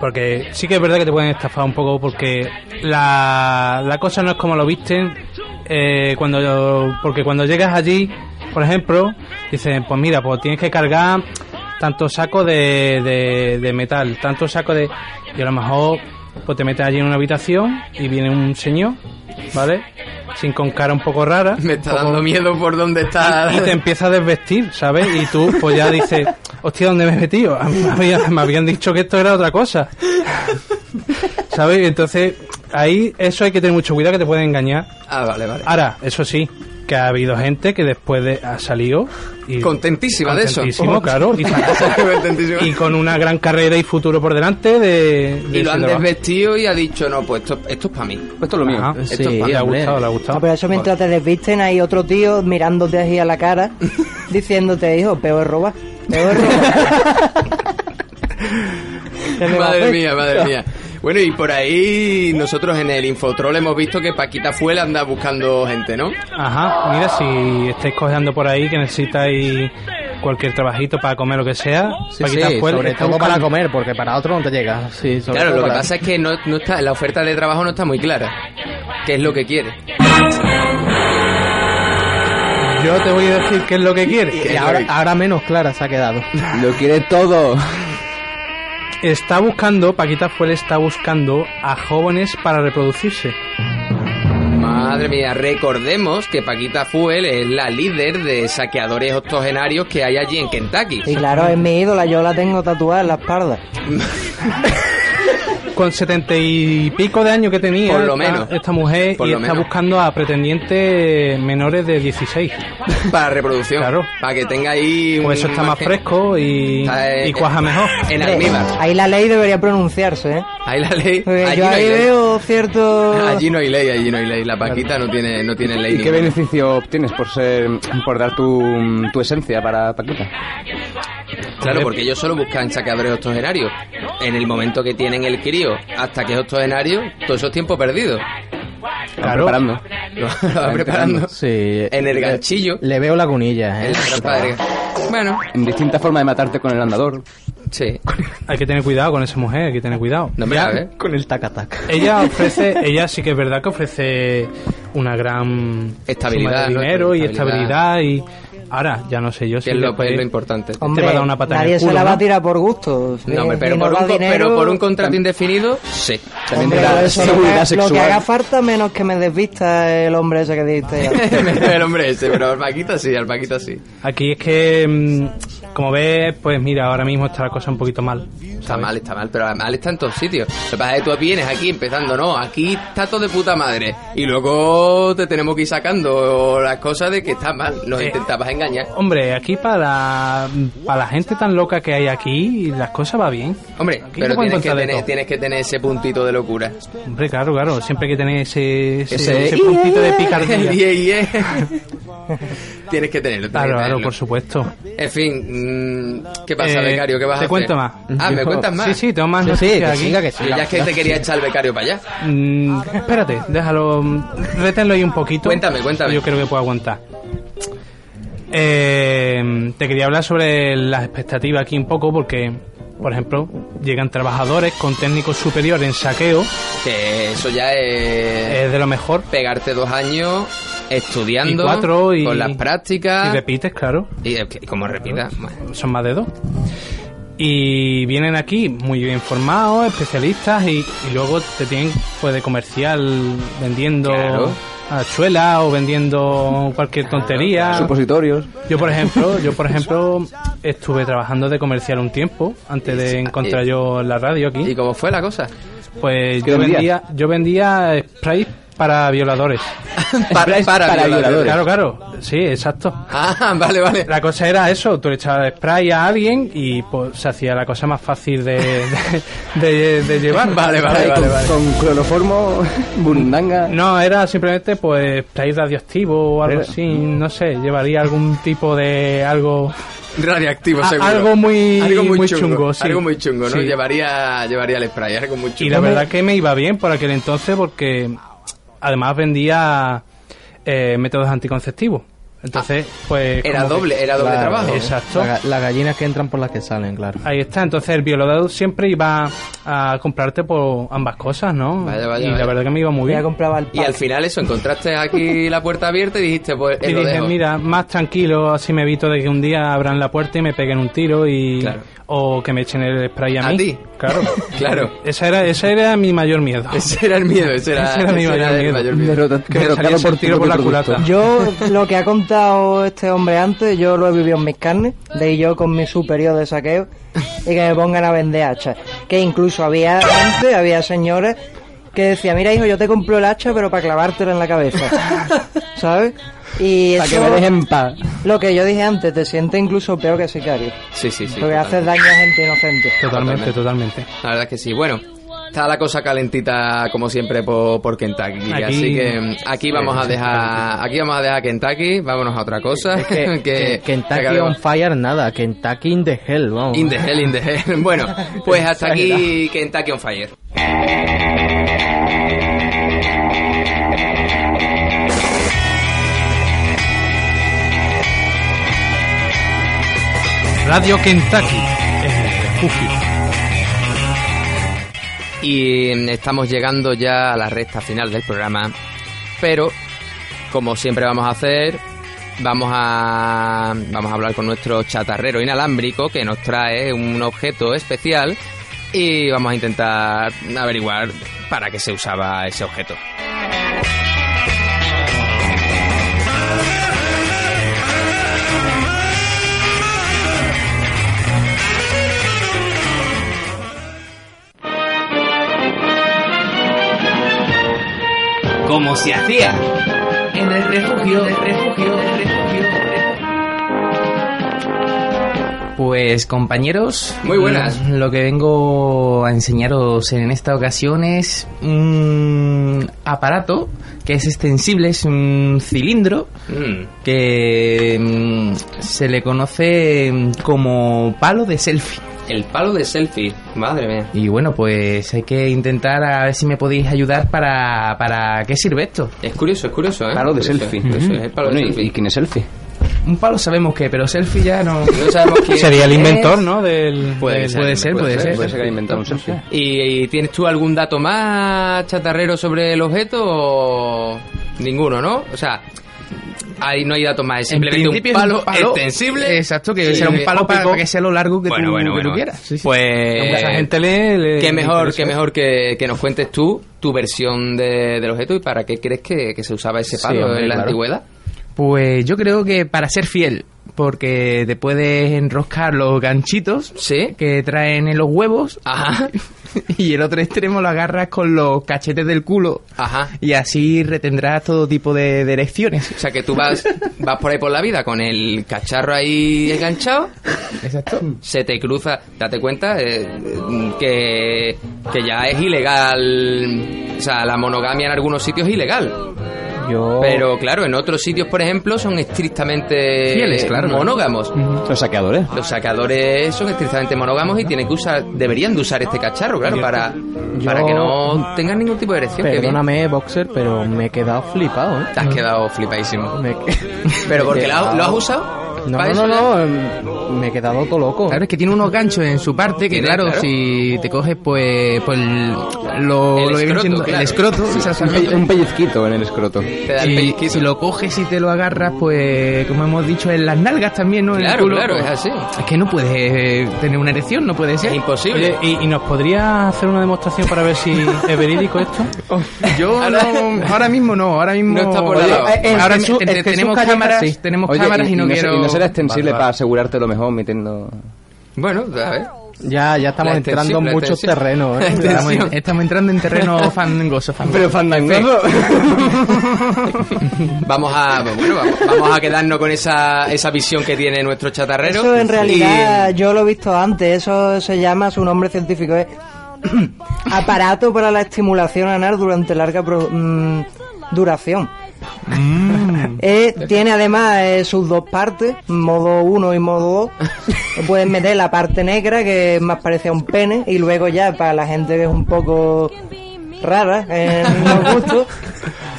Speaker 6: Porque sí que es verdad que te pueden estafar un poco porque la, la cosa no es como lo visten. eh, cuando Porque cuando llegas allí, por ejemplo, dicen, pues mira, pues tienes que cargar tanto saco de, de, de metal, tanto saco de... Y a lo mejor pues te metes allí en una habitación y viene un señor, ¿vale? Sin con cara un poco rara.
Speaker 2: Me está dando miedo por dónde está.
Speaker 6: Ah, y te empieza a desvestir, ¿sabes? Y tú pues ya dices, hostia, ¿dónde me he metido? A mí me habían, me habían dicho que esto era otra cosa. ¿Sabes? Y Entonces, ahí eso hay que tener mucho cuidado que te pueden engañar.
Speaker 2: Ah, vale, vale.
Speaker 6: Ahora, eso sí, que ha habido gente que después de ha salido y
Speaker 2: Contentísima de eso.
Speaker 6: contentísimo, claro, y, y con una gran carrera y futuro por delante de, de
Speaker 2: Y lo
Speaker 6: ese
Speaker 2: han
Speaker 6: trabajo.
Speaker 2: desvestido y ha dicho, no, pues esto, esto es para mí. Esto es lo mío.
Speaker 6: Ajá,
Speaker 2: esto
Speaker 6: sí,
Speaker 2: es para
Speaker 6: le ha gustado, le ha gustado.
Speaker 11: No, pero eso mientras te desvisten hay otro tío mirándote así a la cara, diciéndote, hijo, peor es robar, peor es robar.
Speaker 2: Madre mía, madre mía. Bueno, y por ahí nosotros en el Infotrol hemos visto que Paquita Fuel anda buscando gente, ¿no?
Speaker 6: Ajá, mira, si estáis cojeando por ahí que necesitáis cualquier trabajito para comer lo que sea,
Speaker 7: Sí,
Speaker 6: Paquita
Speaker 7: sí,
Speaker 6: Fuel
Speaker 7: sobre
Speaker 6: está
Speaker 7: todo para
Speaker 6: buscando-
Speaker 7: comer, porque para otro no te llega. Sí, sobre
Speaker 2: Claro,
Speaker 7: todo
Speaker 2: lo que
Speaker 7: para-
Speaker 2: pasa es que no, no está, la oferta de trabajo no está muy clara. ¿Qué es lo que quiere?
Speaker 6: Yo te voy a decir qué es lo que quiere.
Speaker 7: Y ahora, ahora menos clara se ha quedado.
Speaker 5: Lo quiere todo.
Speaker 6: Está buscando, Paquita Fuel está buscando a jóvenes para reproducirse.
Speaker 2: Madre mía, recordemos que Paquita Fuel es la líder de saqueadores octogenarios que hay allí en Kentucky.
Speaker 11: Y claro, es mi ídola, yo la tengo tatuada en la espalda.
Speaker 6: Con setenta y pico de años que tenía
Speaker 2: Por lo
Speaker 6: esta,
Speaker 2: menos.
Speaker 6: esta mujer
Speaker 2: Por
Speaker 6: y
Speaker 2: lo
Speaker 6: está
Speaker 2: menos.
Speaker 6: buscando a pretendientes menores de 16.
Speaker 2: Para reproducción. Claro. Para que tenga ahí...
Speaker 6: Pues eso
Speaker 2: un
Speaker 6: está más
Speaker 2: margen.
Speaker 6: fresco y,
Speaker 2: Está, eh,
Speaker 6: y cuaja mejor.
Speaker 2: En
Speaker 11: Hombre,
Speaker 2: almíbar.
Speaker 11: Eh, Ahí la ley debería pronunciarse, ¿eh?
Speaker 2: Ahí la ley.
Speaker 11: Porque
Speaker 2: allí
Speaker 11: Pues yo
Speaker 2: no hay
Speaker 11: ahí
Speaker 2: ley.
Speaker 11: veo cierto...
Speaker 2: Allí no hay ley, allí no hay ley. La Paquita no tiene, no tiene ley.
Speaker 5: ¿Y qué
Speaker 2: ninguna.
Speaker 5: beneficio obtienes por ser, por dar tu, tu esencia para Paquita?
Speaker 2: Claro, porque ellos solo buscan saqueadores octogenarios. En el momento que tienen el crío hasta que es octogenario, todo eso es tiempo perdido.
Speaker 5: Claro. preparando.
Speaker 2: Lo, lo va preparando.
Speaker 7: Sí.
Speaker 2: En el ganchillo.
Speaker 7: Le veo lagunillas,
Speaker 2: En
Speaker 7: ¿eh?
Speaker 2: la trampa del- Bueno.
Speaker 5: En distintas formas de matarte con el andador.
Speaker 2: Sí.
Speaker 6: Hay que tener cuidado con esa mujer, hay que tener cuidado.
Speaker 2: No me
Speaker 6: Ya-
Speaker 2: la ¿eh? ve.
Speaker 7: Con el tacatac.
Speaker 6: Ella ofrece, ella sí que es verdad que ofrece una gran
Speaker 2: Estabilidad,
Speaker 6: suma de
Speaker 2: ¿no?
Speaker 6: dinero y
Speaker 2: Estabilidad.
Speaker 6: estabilidad y ahora ya no sé yo si
Speaker 2: Que es lo-
Speaker 6: después
Speaker 2: es lo importante.
Speaker 6: te va a
Speaker 11: Hombre,
Speaker 6: dar una patada en
Speaker 11: nadie
Speaker 6: el culo,
Speaker 11: se la va
Speaker 6: ¿no?
Speaker 11: a tirar por gusto.
Speaker 2: No, hombre,
Speaker 11: Si
Speaker 2: pero,
Speaker 11: no
Speaker 2: por
Speaker 11: da
Speaker 2: un, co-
Speaker 11: dinero,
Speaker 2: pero por un contrato indefinido, sí.
Speaker 5: También
Speaker 11: hombre,
Speaker 5: te da
Speaker 11: eso, lo que-
Speaker 5: seguridad
Speaker 11: Lo
Speaker 5: sexual.
Speaker 11: que haga falta menos que me desvista el hombre ese que dijiste. antes.
Speaker 2: el hombre ese, pero al Paquita sí, al Paquita sí.
Speaker 6: Aquí es que, mm, como ves, pues mira, ahora mismo está la cosa un poquito mal.
Speaker 2: Está mal, está mal, pero mal está en todos sitios. Lo que pasa es que tú vienes aquí empezando, no, aquí está todo de puta madre. Y luego te tenemos que ir sacando las cosas de que está mal.
Speaker 6: Eh.
Speaker 2: Nos intentabas engañar.
Speaker 6: Hombre, aquí para, para la gente tan loca que hay aquí, las cosas va bien.
Speaker 2: Hombre,
Speaker 6: Aquí
Speaker 2: pero
Speaker 6: se puede
Speaker 2: tienes que,
Speaker 6: encontrar de
Speaker 2: tener,
Speaker 6: todo.
Speaker 2: tienes que tener ese puntito de locura.
Speaker 6: Hombre, claro, claro, siempre hay que tener ese, ese,
Speaker 2: Ese-
Speaker 6: ese puntito de picardía.
Speaker 2: Yeah, yeah. tienes que tenerlo. tienes que
Speaker 6: Claro, claro,
Speaker 2: tenerlo.
Speaker 6: por supuesto.
Speaker 2: En fin, mm, ¿qué pasa,
Speaker 6: Eh,
Speaker 2: becario? ¿Qué vas a
Speaker 6: te
Speaker 2: hacer?
Speaker 6: cuento más.
Speaker 2: Ah, ¿me
Speaker 6: Yo-
Speaker 2: cuentas más?
Speaker 6: Sí, sí, tengo más Sí, noticias sí, que aquí. siga, que
Speaker 2: Yo ya
Speaker 6: siga.
Speaker 2: es que te quería echar el becario para allá.
Speaker 6: Mm, espérate, déjalo, mm, reténlo ahí un poquito.
Speaker 2: Cuéntame, cuéntame.
Speaker 6: Yo creo que puedo aguantar. Eh, te quería hablar sobre las expectativas aquí un poco, porque, por ejemplo, llegan trabajadores con técnicos superiores en saqueo.
Speaker 2: Que eso ya es...
Speaker 6: Es de lo mejor.
Speaker 2: Pegarte dos años estudiando.
Speaker 6: Y cuatro, y-
Speaker 2: Con las prácticas.
Speaker 6: Y repites, claro.
Speaker 2: Y, eh, que- como repita. bueno,
Speaker 6: Son más de dos. Y vienen aquí muy bien formados, especialistas, y, y luego te tienen pues de comercial vendiendo
Speaker 2: Claro.
Speaker 6: hachuelas o vendiendo cualquier tontería.
Speaker 5: Supositorios.
Speaker 6: Yo por ejemplo, yo por ejemplo estuve trabajando de comercial un tiempo antes de encontrar yo la radio aquí.
Speaker 2: ¿Y cómo fue la cosa?
Speaker 6: Pues
Speaker 2: ¿Qué
Speaker 6: yo
Speaker 2: vendías?
Speaker 6: vendía, yo vendía spray para violadores.
Speaker 2: Para, para violadores.
Speaker 6: Claro, claro. Sí, exacto.
Speaker 2: Ah, vale, vale.
Speaker 6: La cosa era eso, tú le echabas spray a alguien y pues se hacía la cosa más fácil de, de, de- de llevar.
Speaker 2: Vale, vale,
Speaker 6: Spray
Speaker 2: vale,
Speaker 6: con-
Speaker 2: vale.
Speaker 5: Con cloroformo, burundanga.
Speaker 6: No, era simplemente pues spray radioactivo o algo
Speaker 5: Era-
Speaker 6: así, no sé, llevaría algún tipo de algo...
Speaker 2: Radioactivo,
Speaker 6: A-
Speaker 2: seguro.
Speaker 6: algo muy- muy chungo, sí.
Speaker 2: Algo muy chungo, ¿no?
Speaker 6: Sí.
Speaker 2: Llevaría, llevaría el spray, algo muy chungo.
Speaker 6: Y la verdad que me iba bien por aquel entonces porque además vendía eh, métodos anticonceptivos. Entonces, pues...
Speaker 2: era
Speaker 6: como que-
Speaker 2: doble, era doble
Speaker 6: Claro,
Speaker 2: trabajo.
Speaker 6: Exacto.
Speaker 7: La ga- Las gallinas que entran por las que salen, claro.
Speaker 6: Ahí está, entonces el violador siempre iba a comprarte por ambas cosas, ¿no?
Speaker 2: Vaya, vaya,
Speaker 6: y
Speaker 2: vaya.
Speaker 6: la verdad que me iba muy bien.
Speaker 2: Y al final eso, encontraste aquí la puerta abierta y dijiste, pues, eh,
Speaker 6: Y
Speaker 2: lo
Speaker 6: dije,
Speaker 2: dejo.
Speaker 6: mira, más tranquilo, así me evito de que un día abran la puerta y me peguen un tiro y
Speaker 2: Claro.
Speaker 6: o que me echen el spray a
Speaker 2: ¿A
Speaker 6: mí.
Speaker 2: ti?
Speaker 6: Claro.
Speaker 2: Claro.
Speaker 6: Ese era, ese era mi mayor miedo.
Speaker 2: Ese era el miedo, ese era,
Speaker 6: Ese era mi mayor
Speaker 2: el
Speaker 6: miedo.
Speaker 5: Derrota-
Speaker 6: Que me
Speaker 5: derrotado
Speaker 6: saliese el
Speaker 5: por tu
Speaker 6: tiro por la
Speaker 5: propio producto.
Speaker 6: culata.
Speaker 11: Yo, lo que ha contado este hombre antes, yo lo he vivido en mis carnes, de ir yo con mi superior de saqueo y que me pongan a vender hachas. Que incluso había gente, había señores que decía, mira hijo, yo te compro el hacha, pero para clavártela en la cabeza. ¿Sabes? Y
Speaker 5: Para que
Speaker 11: eso-
Speaker 5: me dejen en paz.
Speaker 11: Lo que yo dije antes, te sientes incluso peor que sicario.
Speaker 2: Sí, sí, sí.
Speaker 11: porque haces
Speaker 2: totalmente.
Speaker 11: daño a gente inocente.
Speaker 6: Totalmente, totalmente.
Speaker 2: La verdad es que sí. Bueno, está la cosa calentita como siempre por, por Kentucky.
Speaker 6: Aquí-
Speaker 2: así que mm, aquí vamos a dejar aquí vamos a dejar Kentucky, vámonos a otra cosa.
Speaker 7: Que, que Kentucky
Speaker 2: acabemos.
Speaker 7: on fire nada, Kentucky in the hell, vamos.
Speaker 2: In the hell, in the hell. Bueno, pues hasta aquí Kentucky on Fire.
Speaker 6: Radio Kentucky es el refugio.
Speaker 2: Y mm, estamos llegando ya a la recta final del programa. Pero, como siempre vamos a hacer, vamos a, vamos a hablar con nuestro chatarrero inalámbrico que nos trae un objeto especial y vamos a intentar averiguar para qué se usaba ese objeto. Como se hacía en el refugio, refugio, refugio.
Speaker 7: Pues
Speaker 15: Pues compañeros,
Speaker 2: Muy buenas.
Speaker 15: mm, Lo que vengo a enseñaros en esta ocasión es un aparato que es extensible, es un cilindro
Speaker 2: Mm.
Speaker 15: que mm, se le conoce mm, como palo de selfie.
Speaker 2: El palo de selfie, madre mía.
Speaker 15: Y bueno, pues hay que intentar a ver si me podéis ayudar para, para qué sirve esto.
Speaker 2: Es curioso, es curioso, ¿eh?
Speaker 5: Palo de
Speaker 2: Curioso,
Speaker 5: selfie.
Speaker 2: curioso, es el palo
Speaker 5: Bueno,
Speaker 2: de
Speaker 5: ¿y-
Speaker 2: selfie.
Speaker 5: ¿Y quién es selfie?
Speaker 15: Un palo sabemos que, pero selfie ya no,
Speaker 2: no sabemos quién
Speaker 6: Sería el
Speaker 15: es.
Speaker 6: inventor, ¿no? Del,
Speaker 15: Puede,
Speaker 6: del-
Speaker 15: ser, puede ser, puede ser.
Speaker 5: Puede ser que haya inventado un selfie.
Speaker 2: ¿Y, y tienes tú algún dato más chatarrero sobre el objeto o ninguno, no? O sea, ahí no hay datos más, es
Speaker 15: En
Speaker 2: simplemente un
Speaker 15: principio es
Speaker 2: palo, extensible.
Speaker 15: Exacto, que
Speaker 2: Sí,
Speaker 15: será un palo para,
Speaker 2: óptico.
Speaker 15: para que sea lo largo que,
Speaker 2: Bueno,
Speaker 15: tú,
Speaker 2: bueno,
Speaker 15: que tú
Speaker 2: bueno.
Speaker 15: quieras. Sí, sí.
Speaker 2: Pues
Speaker 6: Hombre, a esa gente le- le-
Speaker 2: qué
Speaker 6: le
Speaker 2: mejor,
Speaker 6: interesa.
Speaker 2: qué mejor que, que nos cuentes tú tu versión de- del objeto y para qué crees que, que se usaba ese
Speaker 15: Sí,
Speaker 2: palo
Speaker 15: hombre,
Speaker 2: en la
Speaker 15: claro.
Speaker 2: antigüedad.
Speaker 15: Pues yo creo que para ser fiel, porque te puedes enroscar los ganchitos que traen en los huevos
Speaker 2: Ah.
Speaker 15: y el otro extremo lo agarras con los cachetes del culo y así retendrás todo tipo de, de erecciones.
Speaker 2: O sea que tú vas, vas por ahí por la vida con el cacharro ahí enganchado.
Speaker 15: Exacto.
Speaker 2: Se te cruza, date cuenta eh, que, que ya es ilegal. O sea, la monogamia en algunos sitios es ilegal.
Speaker 7: Yo...
Speaker 2: Pero claro, en otros sitios, por ejemplo, son estrictamente
Speaker 15: Fieles, claro.
Speaker 2: monógamos.
Speaker 7: Mm.
Speaker 5: Los saqueadores.
Speaker 2: Los saqueadores son estrictamente monógamos y tienen que usar, deberían de usar este cacharro, claro, para, para que no tengan ningún tipo de erección. que bien.
Speaker 7: Perdóname, boxer, pero me he quedado flipado, ¿eh?
Speaker 2: Te has quedado flipadísimo.
Speaker 7: Me he que-
Speaker 2: Pero porque
Speaker 7: me he
Speaker 2: lo,
Speaker 7: quedado-
Speaker 2: lo has usado.
Speaker 7: No,
Speaker 2: para
Speaker 7: no,
Speaker 2: eso,
Speaker 7: no, no, em, me he quedado todo loco.
Speaker 15: Claro, es que tiene unos ganchos en su parte que,
Speaker 2: Tiene,
Speaker 15: claro,
Speaker 2: claro.
Speaker 15: si te coges, pues, pues lo,
Speaker 2: El
Speaker 15: lo que viene
Speaker 2: escroto,
Speaker 15: siendo
Speaker 2: claro.
Speaker 15: el escroto. esas
Speaker 5: Un, pe-
Speaker 15: argollas.
Speaker 5: un pellizquito en el escroto.
Speaker 2: Te da el
Speaker 15: Si,
Speaker 2: pellizquito.
Speaker 15: si lo coges y te lo agarras, pues, como hemos dicho, en las nalgas también, ¿no? En el
Speaker 2: Claro,
Speaker 15: culo,
Speaker 2: claro,
Speaker 15: pues,
Speaker 2: es así.
Speaker 15: Es que no puedes eh, tener una erección, no puede ser.
Speaker 2: Es imposible.
Speaker 6: Oye, ¿y, y nos podría hacer una demostración para ver si es verídico
Speaker 7: este,
Speaker 6: esto? Ah,
Speaker 15: Yo
Speaker 2: Ahora-
Speaker 15: no- ahora mismo no, ahora mismo
Speaker 2: No está por la-
Speaker 15: Oye,
Speaker 7: el
Speaker 15: ahora
Speaker 7: Jesús-
Speaker 15: te-
Speaker 7: el
Speaker 15: te-
Speaker 7: Jesús
Speaker 15: tenemos
Speaker 7: Callejas,
Speaker 15: cámaras,
Speaker 7: sí.
Speaker 15: tenemos
Speaker 5: Oye,
Speaker 15: cámaras y, no,
Speaker 5: se-
Speaker 15: quiero
Speaker 5: y no será extensible
Speaker 15: Vale,
Speaker 5: para
Speaker 15: vale.
Speaker 5: asegurártelo mejor metiendo...
Speaker 2: Bueno, a ver.
Speaker 7: Ya, ya estamos
Speaker 2: La extensión,
Speaker 7: entrando en
Speaker 2: la
Speaker 7: muchos
Speaker 2: extensión.
Speaker 7: terrenos, ¿eh?
Speaker 15: Estamos, en- estamos entrando en terreno fangoso, fangoso.
Speaker 5: fandangoso.
Speaker 2: Vamos a, bueno, vamos, vamos a quedarnos con esa, esa visión que tiene nuestro chatarrero.
Speaker 11: Eso en
Speaker 2: Y-
Speaker 11: realidad yo lo he visto antes, eso se llama, su nombre científico es aparato para la estimulación anal durante larga pro- mm, duración. Eh, tiene además eh, sus dos partes, modo 1 y modo 2. Puedes meter la parte negra, que es más parece a un pene, y luego ya para la gente que es un poco rara eh, en los gustos,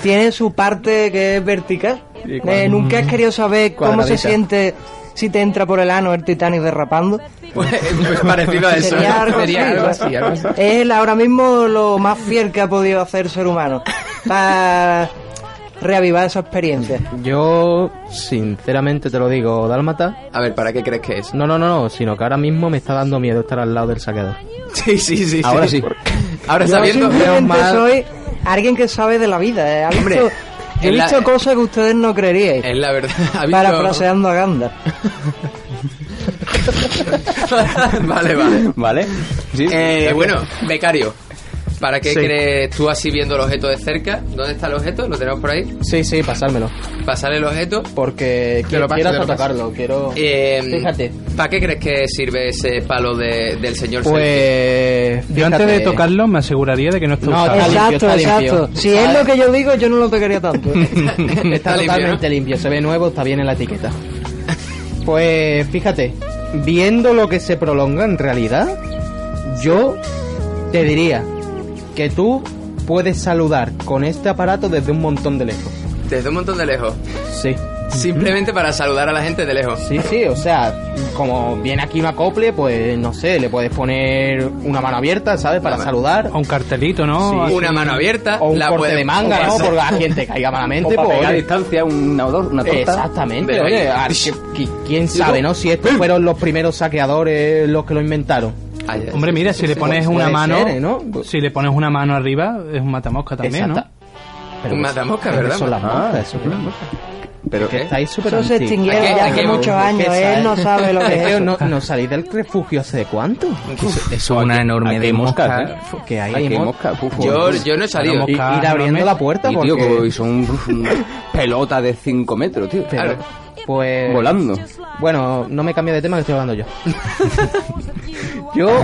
Speaker 11: tiene su parte que es vertical. Eh, Nunca has querido saber cómo se
Speaker 7: Cuadradita.
Speaker 11: siente si te entra por el ano el Titanic derrapando.
Speaker 2: Pues parecido a eso.
Speaker 11: Sería algo
Speaker 2: Sería
Speaker 11: así,
Speaker 2: algo
Speaker 11: ¿no?
Speaker 2: así, algo así.
Speaker 11: Es el- ahora mismo lo más fiel que ha podido hacer ser humano para reavivar esa experiencia.
Speaker 7: Yo, sinceramente te lo digo, Dálmata.
Speaker 2: A ver, ¿para qué crees que es?
Speaker 7: No, no, no, no, sino que ahora mismo me está dando miedo estar al lado del saqueador.
Speaker 2: Sí, sí, sí.
Speaker 5: Ahora sí.
Speaker 2: Ahora
Speaker 11: Yo
Speaker 2: está viendo.
Speaker 11: simplemente
Speaker 7: mal.
Speaker 11: soy alguien que sabe de la vida. eh. Ha
Speaker 2: Hombre,
Speaker 11: visto- he
Speaker 2: en la-
Speaker 11: visto cosas que ustedes no creeríais.
Speaker 2: Es la verdad. ¿Ha visto?
Speaker 11: Parafraseando a Gandalf.
Speaker 2: vale, vale.
Speaker 5: ¿Vale? Sí.
Speaker 2: Eh,
Speaker 5: Ya
Speaker 2: bueno, becario. ¿Para qué
Speaker 7: Sí.
Speaker 2: crees tú así viendo el objeto de cerca? ¿Dónde está el objeto? ¿Lo tenemos por ahí?
Speaker 7: Sí, sí, pasármelo.
Speaker 2: Pasar el objeto.
Speaker 7: Porque
Speaker 15: Te lo
Speaker 7: quiero,
Speaker 15: paso,
Speaker 7: quiero
Speaker 15: te lo
Speaker 7: hasta
Speaker 15: paso.
Speaker 7: tocarlo, quiero...
Speaker 2: Eh,
Speaker 7: Fíjate.
Speaker 2: ¿Para qué crees que sirve ese palo de- del señor Sergio?
Speaker 7: Pues...
Speaker 6: Yo antes de
Speaker 7: fíjate.
Speaker 6: tocarlo me aseguraría de que no está
Speaker 7: No,
Speaker 6: usado.
Speaker 7: Está limpio,
Speaker 11: exacto,
Speaker 7: está limpio.
Speaker 11: exacto. Si es
Speaker 7: Vale.
Speaker 11: lo que yo digo, yo no lo tocaría tanto. ¿eh?
Speaker 7: Está
Speaker 2: limpio,
Speaker 7: totalmente limpio, se ve nuevo, está bien en la etiqueta. Pues fíjate, viendo lo que se prolonga en realidad, yo te diría que tú puedes saludar con este aparato desde un montón de lejos.
Speaker 2: Desde un montón de lejos.
Speaker 7: Sí.
Speaker 2: Simplemente para saludar a la gente de lejos.
Speaker 7: Sí, sí, o sea, como viene aquí un acople, pues no sé, le puedes poner una mano abierta, ¿sabes? Para
Speaker 2: Una
Speaker 7: saludar.
Speaker 6: O un cartelito, ¿no?
Speaker 7: Sí.
Speaker 2: Una mano abierta.
Speaker 7: O un
Speaker 2: la
Speaker 7: corte
Speaker 2: puede-
Speaker 7: de manga,
Speaker 2: o
Speaker 7: ¿no?
Speaker 2: para-
Speaker 7: Por a quien te caiga malamente,
Speaker 5: Para
Speaker 7: pues...
Speaker 5: pegar a
Speaker 7: oye,
Speaker 5: distancia una, o dos- una torta.
Speaker 7: Exactamente,
Speaker 2: De
Speaker 7: oye, ah,
Speaker 2: ahí.
Speaker 7: a- que- que- quién sabe, ¿no? Si estos fueron los primeros saqueadores los que lo inventaron.
Speaker 2: Ay, ay,
Speaker 6: Hombre,
Speaker 2: sí,
Speaker 6: mira,
Speaker 2: sí,
Speaker 6: si le
Speaker 2: sí.
Speaker 6: pones
Speaker 7: Puede
Speaker 6: una
Speaker 7: ser,
Speaker 6: mano,
Speaker 7: ¿eh, no?
Speaker 6: si le pones una mano arriba, es un matamosca también,
Speaker 7: Exacta- Pero pues,
Speaker 2: Un
Speaker 7: eso-
Speaker 2: matamosca,
Speaker 7: pero
Speaker 2: ¿verdad?
Speaker 7: Eso es la
Speaker 5: Ah,
Speaker 7: mosca, eso es la mosca.
Speaker 5: Pero
Speaker 2: ¿Qué?
Speaker 7: Está ahí súper
Speaker 11: Eso se
Speaker 7: antiguo.
Speaker 11: extinguieron
Speaker 2: Aquí-
Speaker 11: ya
Speaker 2: aquí
Speaker 11: hace
Speaker 2: hay
Speaker 11: muchos años. Él no sabe lo que es.
Speaker 7: Creo,
Speaker 11: eso.
Speaker 7: no, no salís del refugio hace cuánto.
Speaker 15: Eso es una enorme
Speaker 5: aquí
Speaker 15: de
Speaker 5: hay moscas,
Speaker 15: mosca.
Speaker 5: ¿eh?
Speaker 7: Que hay,
Speaker 5: Aquí hay
Speaker 7: mo-
Speaker 5: mosca. uf,
Speaker 2: Yo,
Speaker 5: uf.
Speaker 7: pues,
Speaker 2: yo no he salido.
Speaker 6: Vamos,
Speaker 7: y- ir abriendo la puerta
Speaker 5: Y, tío,
Speaker 7: porque...
Speaker 5: que son uf, una pelota de 5 metros, tío.
Speaker 7: Pero-
Speaker 2: Claro.
Speaker 7: Pues.
Speaker 5: Volando.
Speaker 7: Bueno, no me cambio de tema que estoy hablando yo. yo.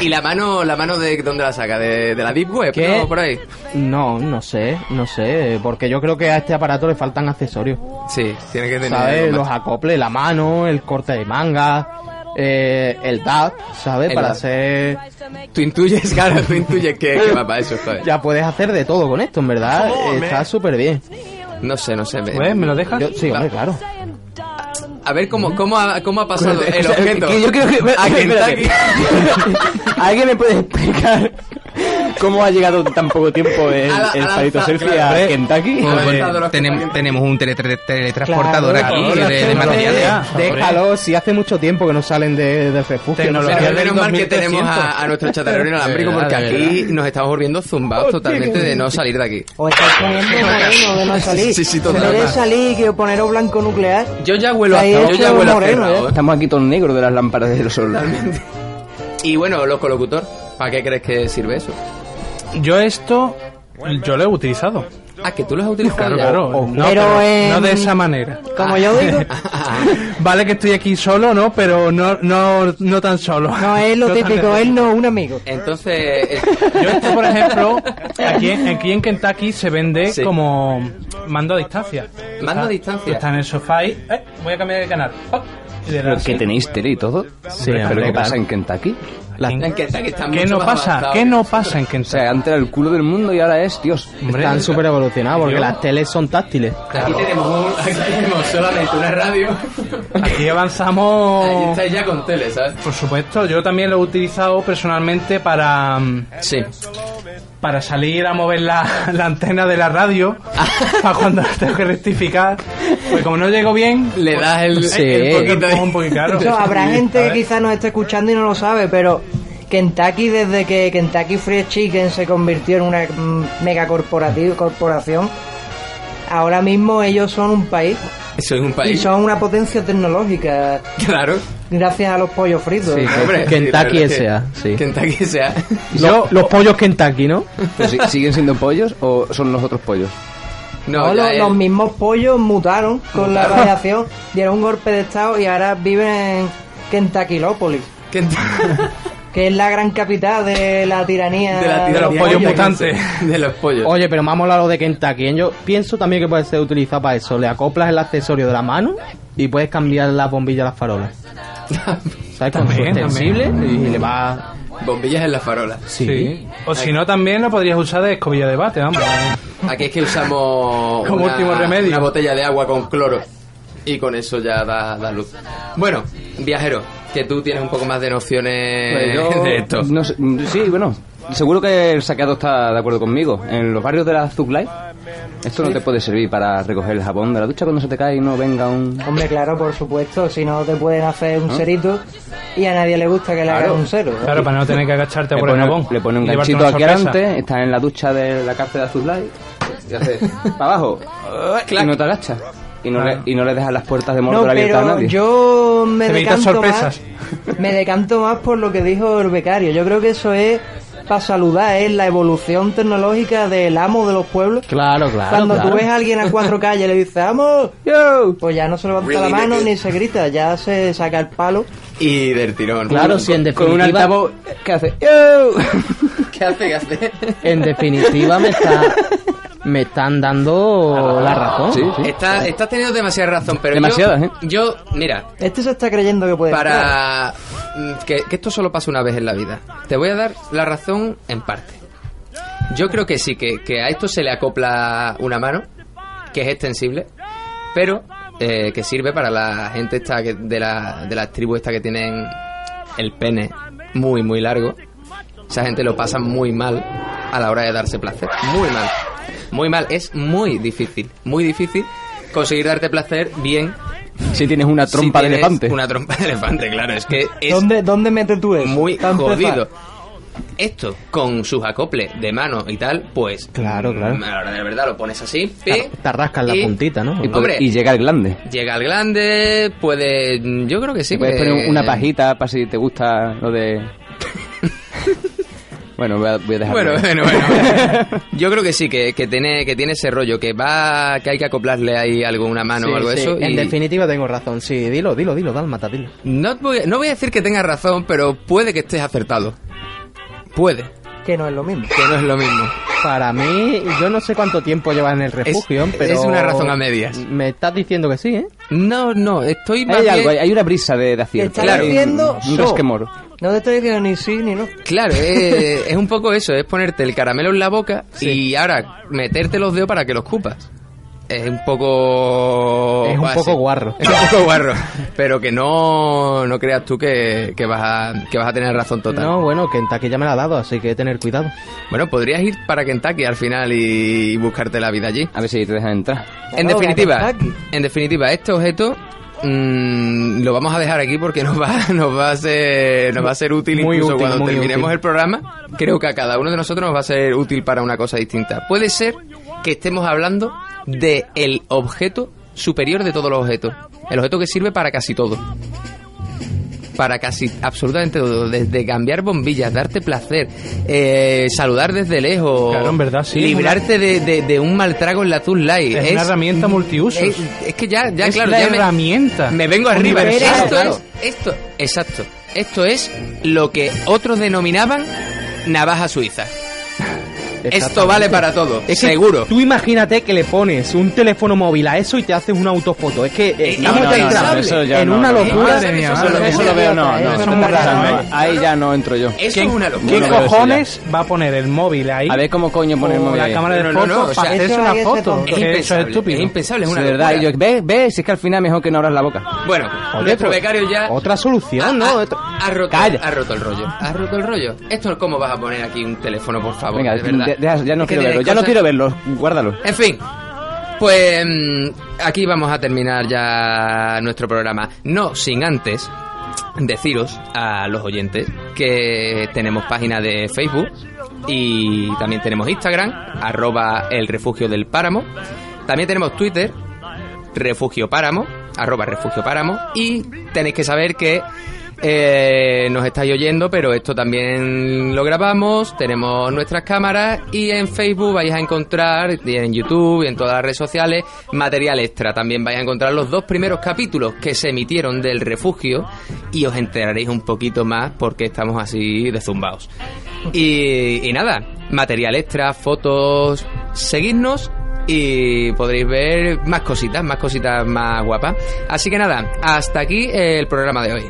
Speaker 2: ¿Y la mano, la mano de dónde la saca? ¿De, de la Deep Web?
Speaker 7: ¿Qué?
Speaker 2: ¿no? Por ahí.
Speaker 7: No, no sé, no sé. Porque yo creo que a este aparato le faltan accesorios.
Speaker 2: Sí, tiene que tener.
Speaker 7: ¿Sabes?
Speaker 2: algo
Speaker 7: Los
Speaker 2: más.
Speaker 7: acoples, la mano, el corte de manga, eh, el DAP, ¿sabes?
Speaker 2: El
Speaker 7: Para
Speaker 2: DAP.
Speaker 7: hacer.
Speaker 2: Tú intuyes, claro, tú intuyes que, que va para eso, joder.
Speaker 7: Ya puedes hacer de todo con esto, en verdad. Está súper bien.
Speaker 2: No sé, no sé. Me,
Speaker 6: Pues,
Speaker 7: ¿Ves? ¿Me lo dejas? sí, hombre, claro.
Speaker 2: A ver cómo, cómo, ha, cómo ha pasado el
Speaker 7: O sea,
Speaker 2: objeto.
Speaker 7: que yo creo que-
Speaker 2: A Kentucky.
Speaker 5: ¿Alguien me puede explicar cómo ha llegado tan poco tiempo el,
Speaker 2: A la-
Speaker 5: el
Speaker 2: a la-
Speaker 5: palito
Speaker 2: a-
Speaker 5: selfie
Speaker 2: claro,
Speaker 5: a
Speaker 2: eh.
Speaker 5: Kentucky?
Speaker 15: Porque tenemos, Pues, tenemos un teletra- teletransportador
Speaker 7: Claro,
Speaker 15: aquí
Speaker 7: claro,
Speaker 15: de, de
Speaker 7: claro.
Speaker 15: materiales.
Speaker 7: Déjalo, si hace mucho tiempo que no salen de, del refugio.
Speaker 2: Pero
Speaker 7: no
Speaker 2: menos
Speaker 7: salen del
Speaker 2: mal que
Speaker 7: 2300.
Speaker 2: tenemos a, a nuestro chatarrero inalámbrico
Speaker 7: De
Speaker 2: porque
Speaker 7: verdad, de
Speaker 2: aquí nos estamos volviendo zumbados
Speaker 7: Hostia,
Speaker 2: totalmente
Speaker 7: qué-
Speaker 2: de no salir de aquí.
Speaker 11: O estáis poniendo moreno de no salir.
Speaker 2: Sí, sí,
Speaker 11: Se
Speaker 2: total.
Speaker 11: lo de salir que poneros blanco nuclear.
Speaker 2: Yo ya huelo a,
Speaker 11: Ahí
Speaker 2: yo ya
Speaker 11: hecho
Speaker 2: huelo a
Speaker 11: moreno,
Speaker 2: cerrado,
Speaker 11: ¿eh?
Speaker 2: ¿eh?
Speaker 5: Estamos aquí todos negros de las lámparas del sol.
Speaker 2: Y bueno, los colocutor, ¿para qué crees que sirve eso?
Speaker 6: Yo esto, yo lo he utilizado.
Speaker 2: Ah, que tú lo has utilizado.
Speaker 6: Claro,
Speaker 2: ya.
Speaker 6: claro.
Speaker 2: Oh,
Speaker 6: no,
Speaker 11: Pero
Speaker 6: pero
Speaker 11: en-
Speaker 6: no de esa manera.
Speaker 11: Como yo digo,
Speaker 6: Vale que estoy aquí solo, ¿no? Pero no, no, no tan solo.
Speaker 11: no es lo
Speaker 6: No tan
Speaker 11: típico,
Speaker 6: solo.
Speaker 11: él no, un amigo.
Speaker 2: Entonces, eh,
Speaker 6: Yo esto, por ejemplo, aquí, en- aquí en Kentucky se vende
Speaker 2: Sí.
Speaker 6: como mando a distancia.
Speaker 2: Mando a
Speaker 6: Está-
Speaker 2: distancia.
Speaker 6: Está en el sofá y... eh, voy a cambiar de canal. Oh, y le
Speaker 5: ¿Pero
Speaker 6: das.
Speaker 5: que tenéis tele y todo? Sí, ¿Pero
Speaker 7: hombre,
Speaker 5: qué pasa
Speaker 7: claro.
Speaker 5: en Kentucky?
Speaker 2: en Kentucky está
Speaker 6: ¿Qué
Speaker 2: mucho
Speaker 6: no
Speaker 2: más
Speaker 6: pasa?
Speaker 2: avanzado.
Speaker 6: ¿Qué no pasa en
Speaker 5: O
Speaker 6: Kentucky?
Speaker 5: sea, antes era el culo del mundo y ahora es, Dios.
Speaker 7: Están súper evolucionados porque
Speaker 6: Yo-
Speaker 7: las teles son táctiles.
Speaker 2: Aquí tenemos, un- aquí tenemos solamente una radio.
Speaker 6: Aquí
Speaker 2: Ahí
Speaker 6: avanzamos...
Speaker 2: estáis ya con tele, ¿sabes?
Speaker 6: Por supuesto, yo también lo he utilizado personalmente para... mm,
Speaker 2: Sí.
Speaker 6: para salir a mover la, la antena de la radio para cuando la tengo que rectificar. Pues como no llego bien,
Speaker 2: Le
Speaker 6: pues,
Speaker 2: das el-
Speaker 6: sí,
Speaker 2: el poquito
Speaker 6: empujo
Speaker 2: ahí.
Speaker 6: un poquito, claro.
Speaker 11: Eso, habrá gente que
Speaker 6: ¿Sabes?
Speaker 11: quizás nos esté escuchando y no lo sabe, pero Kentucky, desde que Kentucky Fried Chicken se convirtió en una mm, mega corporati- corporación, ahora mismo ellos son un país
Speaker 2: Soy un
Speaker 11: y
Speaker 2: país.
Speaker 11: son una potencia tecnológica
Speaker 2: Claro.
Speaker 11: gracias a los pollos fritos.
Speaker 7: Sí,
Speaker 2: Hombre,
Speaker 7: Kentucky
Speaker 2: la verdad
Speaker 7: S.A.,
Speaker 2: que-
Speaker 7: sí.
Speaker 2: Kentucky sea.
Speaker 7: Los- los pollos Kentucky, ¿no?
Speaker 5: Pero Pues si- ¿Siguen siendo pollos o son los otros pollos?
Speaker 2: No,
Speaker 11: No,
Speaker 2: ya
Speaker 11: los,
Speaker 2: él-
Speaker 11: los mismos pollos mutaron con la radiación, dieron un golpe de estado y ahora viven en Kentuckylópolis,
Speaker 2: Kentucky-
Speaker 11: que es la gran capital de la tiranía
Speaker 2: de, la- de
Speaker 11: de
Speaker 2: los pollos mutantes. De los pollos.
Speaker 7: Oye, pero más mola lo de Kentucky. ¿eh? Yo pienso también que puede ser utilizado para eso. Le acoplas el accesorio de la mano y puedes cambiar las bombillas a las farolas. ¿Sabes? Con su
Speaker 6: También,
Speaker 7: extensible y le va...
Speaker 2: Bombillas en las farolas.
Speaker 6: Sí. O si no, también lo podrías usar de escobilla de bate, vamos.
Speaker 2: Aquí es que usamos
Speaker 6: Como
Speaker 2: una,
Speaker 6: último remedio.
Speaker 2: una botella de agua con cloro. Y con eso ya da, da luz. Bueno, viajero, que tú tienes un poco más de nociones
Speaker 5: Pues yo-
Speaker 2: Eh, de esto.
Speaker 5: no sé, mm, sí, bueno, seguro que el saqueado está de acuerdo conmigo. En los barrios de la Zuglai, esto no te puede servir para recoger el jabón de la ducha cuando se te cae y no venga un...
Speaker 11: Hombre, claro, por supuesto, si no te pueden hacer un cerito y a nadie le gusta que le hagan un cero. ¿eh?
Speaker 6: Claro, para no tener que agacharte
Speaker 5: Le
Speaker 6: por el
Speaker 5: pone,
Speaker 6: jabón.
Speaker 5: le pone un
Speaker 6: Llevarte
Speaker 5: ganchito
Speaker 6: una
Speaker 5: aquí
Speaker 6: sorpresa.
Speaker 5: adelante, está en la ducha de la cárcel de Azulay, y hace para abajo,
Speaker 2: Ah,
Speaker 5: y no te agachas. Y no, le, y no le dejas las puertas de
Speaker 11: No,
Speaker 5: Mordor abiertas a
Speaker 11: pero
Speaker 5: nadie.
Speaker 11: yo Pues me
Speaker 6: Te evitas
Speaker 11: decanto más,
Speaker 6: sorpresas.
Speaker 11: me decanto más por lo que dijo el becario. Yo creo que eso es para saludar, es la evolución tecnológica del amo de los pueblos.
Speaker 7: Claro, claro,
Speaker 11: Cuando
Speaker 7: claro.
Speaker 11: tú ves a alguien a cuatro calles y le dices, ¡vamos! Yo", Pues ya no se levanta la mano ni se grita, ya se saca el palo.
Speaker 2: Y del tirón.
Speaker 7: Claro, si en
Speaker 5: Con un
Speaker 7: definitiva...
Speaker 5: altavoz que hace... "Yo".
Speaker 2: ¿Qué hace? ¿Qué hace?
Speaker 7: En definitiva me está... Me están dando la razón.
Speaker 5: Sí, sí.
Speaker 2: Estás está teniendo demasiada razón, pero yo-
Speaker 5: Demasiadas, ¿eh?
Speaker 2: yo, mira,
Speaker 11: Este se está creyendo que puede entrar.
Speaker 2: para mm, que, que esto solo pasa una vez en la vida. Te voy a dar la razón en parte. Yo creo que sí, que, que a esto se le acopla una mano, que es extensible, pero eh, que sirve para la gente esta que- de la, de las tribus esta que tienen el pene muy, muy largo. Esa gente lo pasa muy mal a la hora de darse placer. Muy mal. Muy mal. Es muy difícil, muy difícil conseguir darte placer bien
Speaker 5: Si tienes una
Speaker 2: si
Speaker 5: trompa de
Speaker 2: tienes
Speaker 5: elefante.
Speaker 2: Una trompa de elefante, claro. Es que es
Speaker 11: ¿Dónde, ¿Dónde metes tú eso?
Speaker 2: muy
Speaker 11: Pa' empezar.
Speaker 2: jodido. Esto, con sus acoples de mano y tal, pues...
Speaker 7: Claro, claro.
Speaker 2: A la hora de la verdad lo pones así. pi,
Speaker 7: Te- Te rascas la
Speaker 2: y
Speaker 7: puntita, ¿no?
Speaker 5: Y, puede-
Speaker 2: Hombre.
Speaker 5: y llega el glande.
Speaker 2: Llega al grande, puede... Yo creo que sí. eh,
Speaker 5: Puedes
Speaker 2: que-
Speaker 5: poner una pajita para si te gusta lo de... Bueno, voy a, voy a
Speaker 7: Ah,
Speaker 2: Bueno,
Speaker 5: dejarlo.
Speaker 2: bueno, bueno. Yo creo que sí, que, que tiene, que tiene ese rollo, que va, que hay que acoplarle ahí algo, una mano
Speaker 7: Sí,
Speaker 2: o algo de
Speaker 7: sí,
Speaker 2: eso.
Speaker 7: En
Speaker 2: y-
Speaker 7: definitiva tengo razón, sí, dilo, dilo, dilo, dálmata, dilo.
Speaker 2: no, voy, no voy a decir que tengas razón, pero puede que estés acertado. Puede.
Speaker 11: Que no es lo mismo.
Speaker 2: Que no es lo mismo.
Speaker 7: Para mí, yo no sé cuánto tiempo llevas en el refugio, pero...
Speaker 2: es una razón a medias.
Speaker 7: Me estás diciendo que sí, ¿eh?
Speaker 2: No, no, estoy
Speaker 5: Hay algo, hay- hay una brisa de, de acierto.
Speaker 11: Está diciendo
Speaker 5: Un
Speaker 11: yo.
Speaker 5: resquemor.
Speaker 11: No te estoy diciendo ni sí ni no.
Speaker 2: Claro, es, es un poco eso, es ponerte el caramelo en la boca y ahora meterte los dedos para que los cupas. Es un poco...
Speaker 7: Es un
Speaker 2: así.
Speaker 7: poco guarro.
Speaker 2: Es un poco guarro. Pero que no, no creas tú que, que vas a, que vas a tener razón total.
Speaker 7: No, bueno, Kentucky ya me la ha dado, así que hay que tener cuidado.
Speaker 2: Bueno, podrías ir para Kentucky al final y buscarte la vida allí.
Speaker 5: A ver si te dejan entrar.
Speaker 2: En
Speaker 11: Claro, a
Speaker 2: definitiva,
Speaker 11: Kentucky.
Speaker 2: en definitiva, este objeto mm, lo vamos a dejar aquí porque nos va, nos va a ser, nos va a ser útil
Speaker 7: Muy
Speaker 2: incluso
Speaker 7: útil,
Speaker 2: cuando
Speaker 7: muy
Speaker 2: terminemos
Speaker 7: útil.
Speaker 2: el programa. Creo que a cada uno de nosotros nos va a ser útil para una cosa distinta. Puede ser que estemos hablando de el objeto superior de todos los objetos, el objeto que sirve para casi todo. Para casi absolutamente todo, desde cambiar bombillas, darte placer, eh, saludar desde lejos,
Speaker 6: Claro, en verdad, sí, es
Speaker 2: librarte de, de- de un mal trago en la Tool Light.
Speaker 6: Es una herramienta multiuso.
Speaker 2: Es, es que ya, ya
Speaker 6: es
Speaker 2: claro,
Speaker 6: la
Speaker 2: ya me-
Speaker 6: herramienta.
Speaker 2: me, vengo arriba.
Speaker 6: Universal,
Speaker 2: esto
Speaker 6: claro.
Speaker 2: es, esto, exacto. Esto es lo que otros denominaban navaja suiza. Esto vale para todo,
Speaker 7: Es que
Speaker 2: seguro.
Speaker 7: Tú imagínate que le pones un teléfono móvil a eso y te haces una autofoto. Es que eh,
Speaker 2: no,
Speaker 7: estamos
Speaker 2: no, no, no,
Speaker 7: entrando
Speaker 5: eso ya
Speaker 7: en
Speaker 5: no,
Speaker 7: una
Speaker 5: no, no.
Speaker 7: locura.
Speaker 5: Madre mía,
Speaker 7: Eso
Speaker 5: madre
Speaker 7: lo-
Speaker 5: mía.
Speaker 7: eso lo veo, no, no.
Speaker 5: Eso
Speaker 7: eso
Speaker 5: no
Speaker 7: es muy raro,
Speaker 5: no,
Speaker 7: ¿eh?
Speaker 5: Ahí ya no entro yo.
Speaker 2: Eso es una locura.
Speaker 6: ¿Qué
Speaker 5: Bueno, pero eso
Speaker 6: cojones va a poner el móvil ahí?
Speaker 5: A ver cómo coño pone el
Speaker 6: o
Speaker 5: móvil
Speaker 6: Oh, la
Speaker 5: ahí.
Speaker 6: cámara de
Speaker 2: No, no,
Speaker 6: fotos
Speaker 2: no, o sea,
Speaker 6: para hacerse
Speaker 11: eso
Speaker 6: una
Speaker 11: ahí es
Speaker 6: foto.
Speaker 2: Es
Speaker 11: tonto.
Speaker 6: Que eso es
Speaker 2: impensable,
Speaker 6: estúpido.
Speaker 2: es impensable, es
Speaker 5: Sí,
Speaker 2: una
Speaker 5: de verdad,
Speaker 2: locura.
Speaker 5: y yo, ves, ves, si es que al final mejor que no abras la boca.
Speaker 2: Bueno, nuestro
Speaker 5: pues,
Speaker 2: becario ya
Speaker 5: oh,
Speaker 7: Otra solución, ¿no?
Speaker 2: ha,
Speaker 7: Otra-
Speaker 2: ha- ha roto,
Speaker 5: Calla.
Speaker 2: ha roto el rollo. Ha roto el rollo. Esto cómo vas a poner aquí un teléfono, por favor.
Speaker 5: Venga,
Speaker 2: de verdad.
Speaker 5: de- deja- ya no
Speaker 2: Ah, Es que
Speaker 5: quiero verlo,
Speaker 2: tienes
Speaker 5: ya no
Speaker 2: cosas-
Speaker 5: quiero verlo, guárdalo.
Speaker 2: En fin, pues mm, aquí vamos a terminar ya nuestro programa. No sin antes deciros a los oyentes que tenemos página de Facebook y también tenemos Instagram, arroba el refugio del páramo. También tenemos Twitter, refugio páramo, arroba refugio páramo. Y tenéis que saber que eh, nos estáis oyendo, pero esto también lo grabamos, tenemos nuestras cámaras y en Facebook vais a encontrar, y en YouTube y en todas las redes sociales, material extra. También vais a encontrar los dos primeros capítulos que se emitieron del refugio y os enteraréis un poquito más porque estamos así de zumbaos. Y, y nada, material extra, fotos, seguidnos y podréis ver más cositas, más cositas más guapas. Así que nada, hasta aquí el programa de hoy.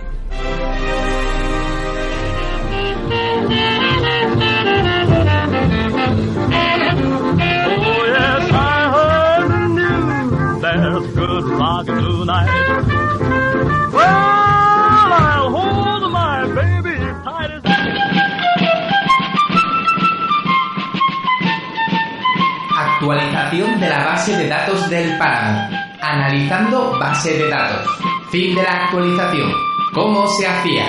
Speaker 8: Oh, yes, I heard the news. There's good luck tonight. Well, I'll hold my baby tight as
Speaker 2: Actualización de la base de datos del páramo. Analizando base de datos. Fin de la actualización. ¿Cómo se hacía?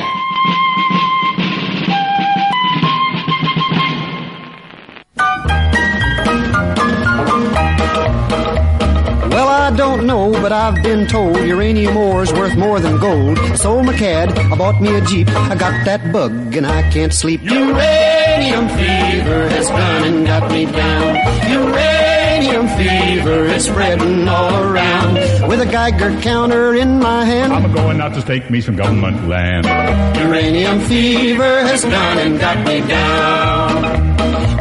Speaker 13: Well, I don't know, but I've been told uranium ore's worth more than gold. So McCad, I bought me a Jeep. I got that bug and I can't sleep. Uranium fever has gone and got me down. Uranium fever is spreading all around. With a Geiger counter in my hand.
Speaker 14: I'm a going out to stake me some government land.
Speaker 13: Uranium fever has gone and got me down.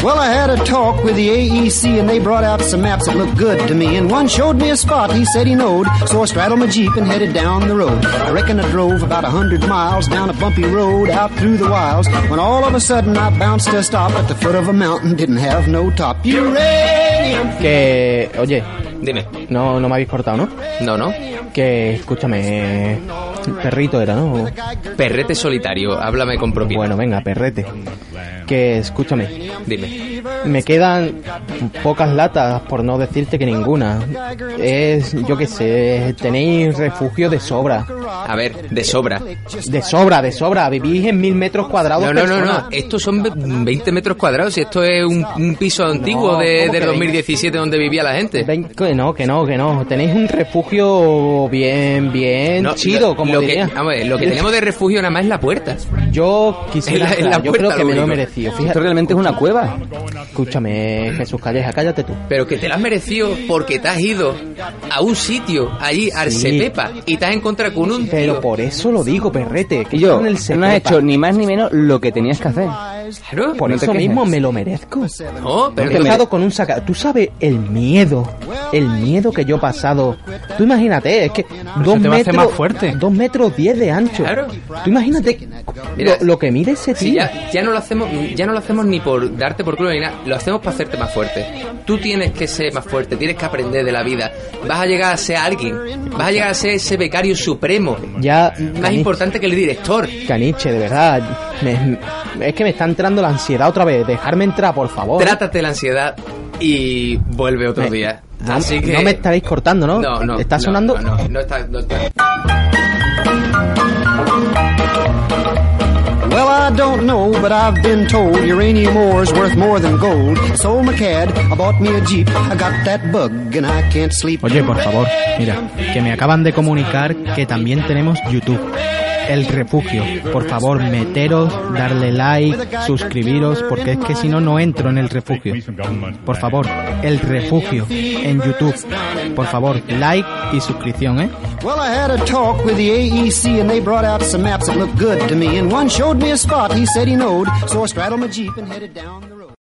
Speaker 13: Well, I had a talk with the AEC and they brought out some maps that looked good to me. And one showed me a spot he said he knowed. So I straddled my Jeep and headed down the road. I reckon I drove about a hundred miles down a bumpy road out through the wilds. When all of a sudden I bounced a stop at the foot of a mountain, didn't have no top. Uranium
Speaker 7: Que, oye,
Speaker 2: Dime.
Speaker 7: no, no me habéis cortado, ¿no?
Speaker 2: No, no.
Speaker 7: Que, escúchame, perrito era, ¿no?
Speaker 2: Perrete solitario. Háblame con propiedad.
Speaker 7: Bueno, venga, perrete. Que, escúchame,
Speaker 2: Dime.
Speaker 7: me quedan pocas latas, por no decirte que ninguna. Es, yo qué sé, tenéis refugio de sobra.
Speaker 2: A ver, de sobra.
Speaker 7: De sobra, de sobra. Vivís en mil metros cuadrados.
Speaker 2: No, no, no,
Speaker 7: persona.
Speaker 2: no. Estos son ve- 20 metros cuadrados y esto es un, un piso antiguo
Speaker 7: No,
Speaker 2: de,
Speaker 7: ¿cómo
Speaker 2: del
Speaker 7: que
Speaker 2: 2017 donde vivía la gente.
Speaker 7: Ven, que no, que no, que no. Tenéis un refugio bien, bien
Speaker 2: No,
Speaker 7: chido,
Speaker 2: lo-
Speaker 7: como
Speaker 2: lo
Speaker 7: diría.
Speaker 2: que, vamos a ver, lo que tenemos de refugio nada más es la puerta.
Speaker 7: Yo quisiera,
Speaker 2: Es la- es la
Speaker 7: yo
Speaker 2: puerta
Speaker 7: creo que
Speaker 2: lo
Speaker 7: me lo he
Speaker 2: único.
Speaker 7: merecido. Fíjate,
Speaker 2: Esto
Speaker 7: realmente es una cueva. Escúchame, Jesús Calleja, cállate tú.
Speaker 2: Pero que te la has merecido porque te has ido a un sitio allí, al
Speaker 7: Sí.
Speaker 2: Sepepa, y te has encontrado con un
Speaker 7: Pero por eso lo digo, perrete. Que
Speaker 5: Y yo,
Speaker 7: en el
Speaker 5: no has
Speaker 7: Sepepa.
Speaker 5: hecho ni más ni menos lo que tenías que hacer.
Speaker 2: Claro,
Speaker 7: Por
Speaker 5: No te
Speaker 7: eso
Speaker 5: quejes.
Speaker 7: mismo me lo merezco.
Speaker 2: No,
Speaker 5: pero
Speaker 7: Yo he
Speaker 5: no te
Speaker 7: pasado con un saca. Tú sabes el miedo, el miedo que yo he pasado. Tú imagínate, es que dos
Speaker 6: te va a hacer
Speaker 7: metros,
Speaker 6: más fuerte.
Speaker 7: dos metros diez de ancho.
Speaker 2: Claro.
Speaker 7: Tú imagínate
Speaker 2: Mira,
Speaker 7: lo, lo que mide ese
Speaker 2: Sí,
Speaker 7: este tío.
Speaker 2: ya, ya no lo hacemos, ya no lo hacemos ni por darte por culo ni nada, lo hacemos para hacerte más fuerte. Tú tienes que ser más fuerte, tienes que aprender de la vida. Vas a llegar a ser alguien, vas a llegar a ser ese becario supremo,
Speaker 7: Ya,
Speaker 2: más
Speaker 7: Caniche,
Speaker 2: importante que el director.
Speaker 7: Caniche, de verdad. me- me- es que me está entrando la ansiedad otra vez. Dejarme entrar, por favor. Eh,
Speaker 2: Trátate la ansiedad y vuelve otro día.
Speaker 7: No,
Speaker 2: Así que
Speaker 7: no me estaréis cortando, ¿no?
Speaker 2: no, no,
Speaker 7: Está
Speaker 2: no,
Speaker 7: sonando.
Speaker 2: no, no, no está, no está.
Speaker 13: Well, I don't know, but I've been told uranium ore's worth more than gold. So, McCad, I bought me a Jeep. I got that bug, and I can't sleep.
Speaker 7: Oye, por favor, mira, que me acaban de comunicar que también tenemos YouTube. El refugio. Por favor, meteros, darle like, suscribiros, porque es que si no, no entro en el refugio. Por favor, el refugio en YouTube. Por favor, like y suscripción, ¿eh?
Speaker 13: Well, I had a talk with the AEC, and they brought out some maps that looked good to me. And one showed me a spot he said he knowed. So, I straddled my Jeep and headed down.